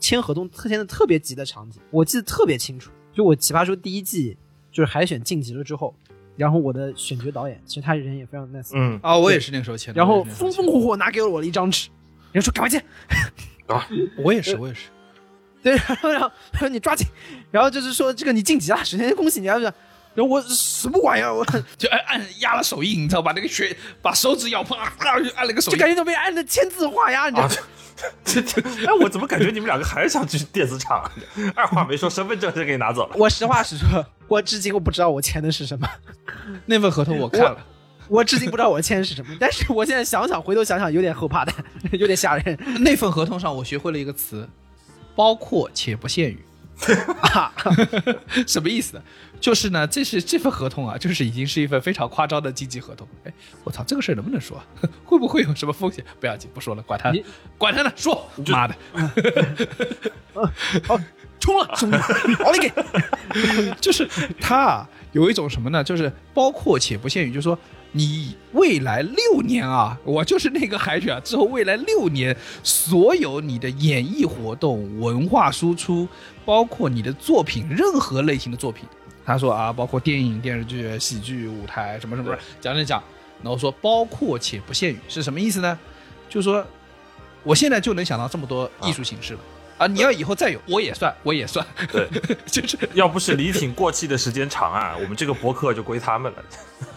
S5: 签合同特签的特别急的场景，我记得特别清楚，就我《奇葩说》第一季就是海选晋级了之后，然后我的选角导演其实他人也非常 nice，、
S6: 嗯
S4: 啊，我也是那个时候签的。
S5: 然后
S4: 我也是
S5: 风
S4: 那个时候
S5: 风火火拿给了我了一张纸，然后说赶快签，
S4: 签的我也是，我也是。
S5: 对，然后然后他说你抓紧，然后就是说这个你晋级了，首先恭喜你，啊然后就然后我什么玩意儿，我
S4: 就按按压了手印，你知道吧？那个血把手指咬破，啊，就按了个手
S5: 就
S4: 印。
S5: 感觉都被按的签字画押，你知道
S6: 啊
S5: 吗？，
S6: 这这， 哎，我怎么感觉你们两个还是想去电子厂？ 二话没说，身份证就给你拿走了。
S5: 我实话实说，我至今我不知道我签的是什么，
S4: 那份合同我看了，
S5: 我至今不知道我签的是什么。但是我现在想想，回头想想有点后怕的，有点吓人。
S4: 那份合同上我学会了一个词，包括且不限 于。啊什么意思呢？就是呢，这是这份合同啊，就是已经是一份非常夸张的经济合同。哎，我操，这个事儿能不能说 啊？会不会有什么风险？不要紧，不说了，管他
S5: 你，
S4: 管他呢，说妈的，
S5: 冲了， 兄弟，奥利给！
S4: 就是他啊有一种什么呢？就是包括且不限于，就是说你未来六年啊，我就是那个海选啊之后未来六年所有你的演艺活动、文化输出，包括你的作品，任何类型的作品，他说啊，包括电影、电视剧、喜剧、舞台什么什么嗯
S6: 对，
S4: 讲讲讲，然后说包括且不限于是什么意思呢？就是说我现在就能想到这么多艺术形式了。啊，你要以后再有，我也算，我也算，
S6: 对，
S4: 就是
S6: 要不是李挺过气的时间长啊，我们这个博客就归他们了。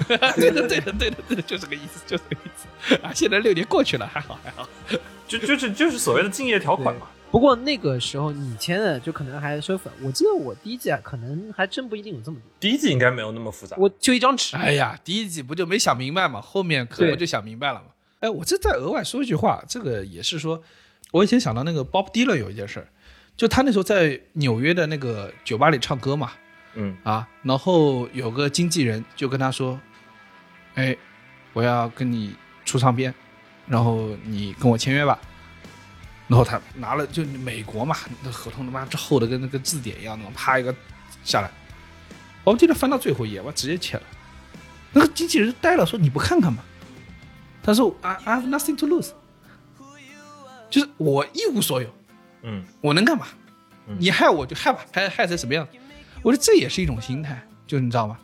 S4: 对的，对的，对的，对的，就这个意思，就这个意思。啊，现在六年过去了，还好还好。
S6: 就就是就是所谓的敬业条款嘛。
S5: 不过那个时候你签的就可能还收粉，我记得我第一季啊，可能还真不一定有这么多，
S6: 第一季应该没有那么复杂。
S5: 我就一张纸。
S4: 哎呀，第一季不就没想明白嘛，后面可
S5: 对
S4: 不就想明白了嘛。哎，我这再额外说一句话，这个也是说，我以前想到那个 Bob Dylan 有一件事儿，就他那时候在纽约的那个酒吧里唱歌嘛，
S6: 嗯，
S4: 啊，然后有个经纪人就跟他说：“哎，我要跟你出唱片，然后你跟我签约吧。”然后他拿了就美国嘛，那合同他妈这厚的跟那个字典一样的嘛，啪一个下来，我记得翻到最后一页，我直接签了。那个经纪人呆了，说：“你不看看吗？”他说：“I I have nothing to lose，就是我一无所有，
S6: 嗯，
S4: 我能干嘛？
S6: 嗯
S4: 你害我就害吧，害害成什么样？我觉得这也是一种心态，就你知道吗？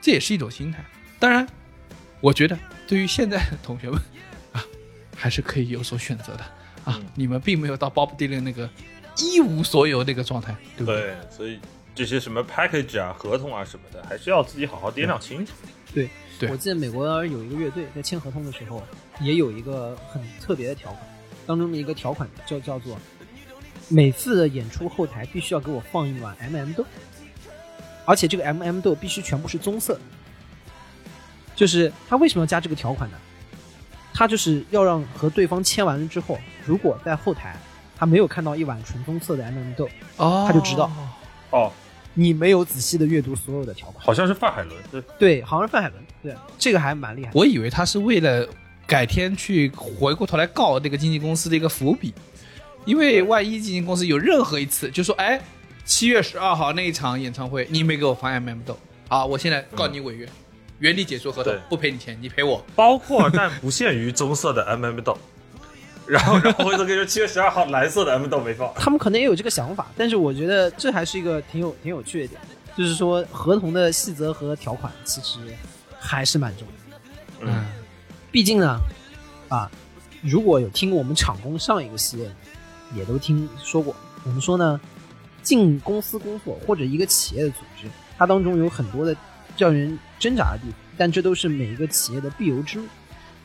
S4: 这也是一种心态。当然，我觉得对于现在的同学们啊，还是可以有所选择的啊。
S6: 嗯
S4: 你们并没有到 Bob Dylan 那个一无所有那个状态，对不对？
S6: 对，所以这些什么 package 啊、合同啊什么的，还是要自己好好掂量清楚。
S4: 对
S5: 我记得美国有一个乐队在签合同的时候，也有一个很特别的条款，当中的一个条款叫叫做，每次的演出后台必须要给我放一碗 M、m 豆，而且这个 M、m 豆必须全部是棕色的。就是他为什么要加这个条款呢？他就是要让和对方签完了之后，如果在后台他没有看到一碗纯棕色的 M、m 豆，
S4: 哦
S5: 他就知道
S6: 哦，
S5: 你没有仔细的阅读所有的条款。
S6: 好像是范海伦，对，
S5: 对，好像是范海伦，对这个还蛮厉害的。
S4: 我以为他是为了改天去回过头来告那个经纪公司的一个伏笔，因为万一经纪公司有任何一次就说，哎，七月十二号那一场演唱会你没给我放 M M 豆，好，我现在告你违约，原地解除合同
S6: 对，
S4: 不赔你钱，你赔我。
S6: 包括但不限于棕色的 M M 豆。然后，然后回头跟你说七月十二号蓝色的 M 豆没放，
S5: 他们可能也有这个想法，但是我觉得这还是一个挺有挺有趣的点，就是说合同的细则和条款其实还是蛮重要的。
S6: 嗯，
S5: 毕竟呢，啊，如果有听过我们厂工上一个系列，也都听说过，我们说呢，进公司工作或者一个企业的组织，它当中有很多的让人挣扎的地方，但这都是每一个企业的必由之路。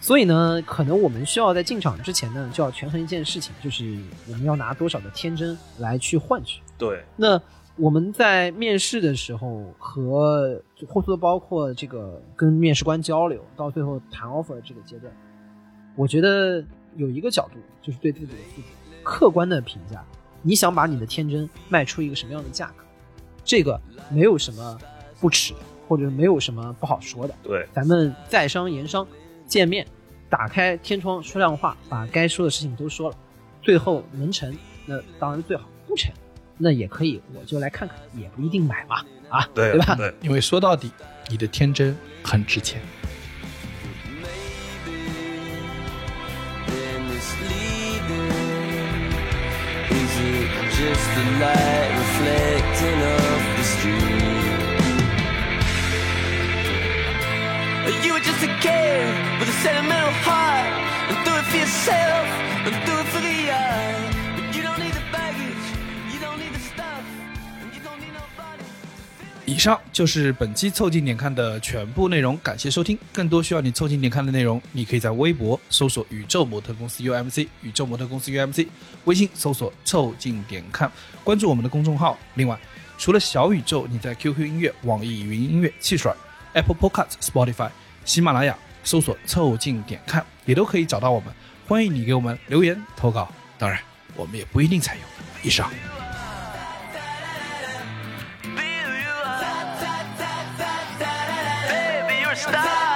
S5: 所以呢，可能我们需要在进场之前呢，就要权衡一件事情，就是我们要拿多少的天真来去换取。
S6: 对，
S5: 那我们在面试的时候和或者包括这个跟面试官交流，到最后谈 offer 这个阶段，我觉得有一个角度就是对自己的负责，客观的评价，你想把你的天真卖出一个什么样的价格，这个没有什么不耻的，或者没有什么不好说的。
S6: 对，
S5: 咱们在商言商，见面，打开天窗说亮话，把该说的事情都说了，最后能成，那当然最好；不成，那也可以，我就来看看，也不一定买嘛，啊，
S6: 对
S5: 对吧？
S6: 对，
S4: 因为说到底，你的天真很值钱。
S3: They're misleading. Is it just the light reflecting off the street? You were just a kid with a sentimental heart, and do it for yourself, and do it for the art. But you don't need the baggage, you don't need the stuff, and you don't need nobody.
S4: 以上就是本期凑近点看的全部内容，感谢收听。更多需要你凑近点看的内容，你可以在微博搜索“宇宙模特公司 UMC”，宇宙模特公司 UMC，微信搜索“凑近点看”，关注我们的公众号。另外，除了小宇宙，你在 QQ 音乐、网易云音乐、汽水、Apple Podcast、Spotify、喜马拉雅搜索“凑近点看”，也都可以找到我们。欢迎你给我们留言投稿，当然我们也不一定采用。以上。
S3: Be who you are. Baby, you're a star.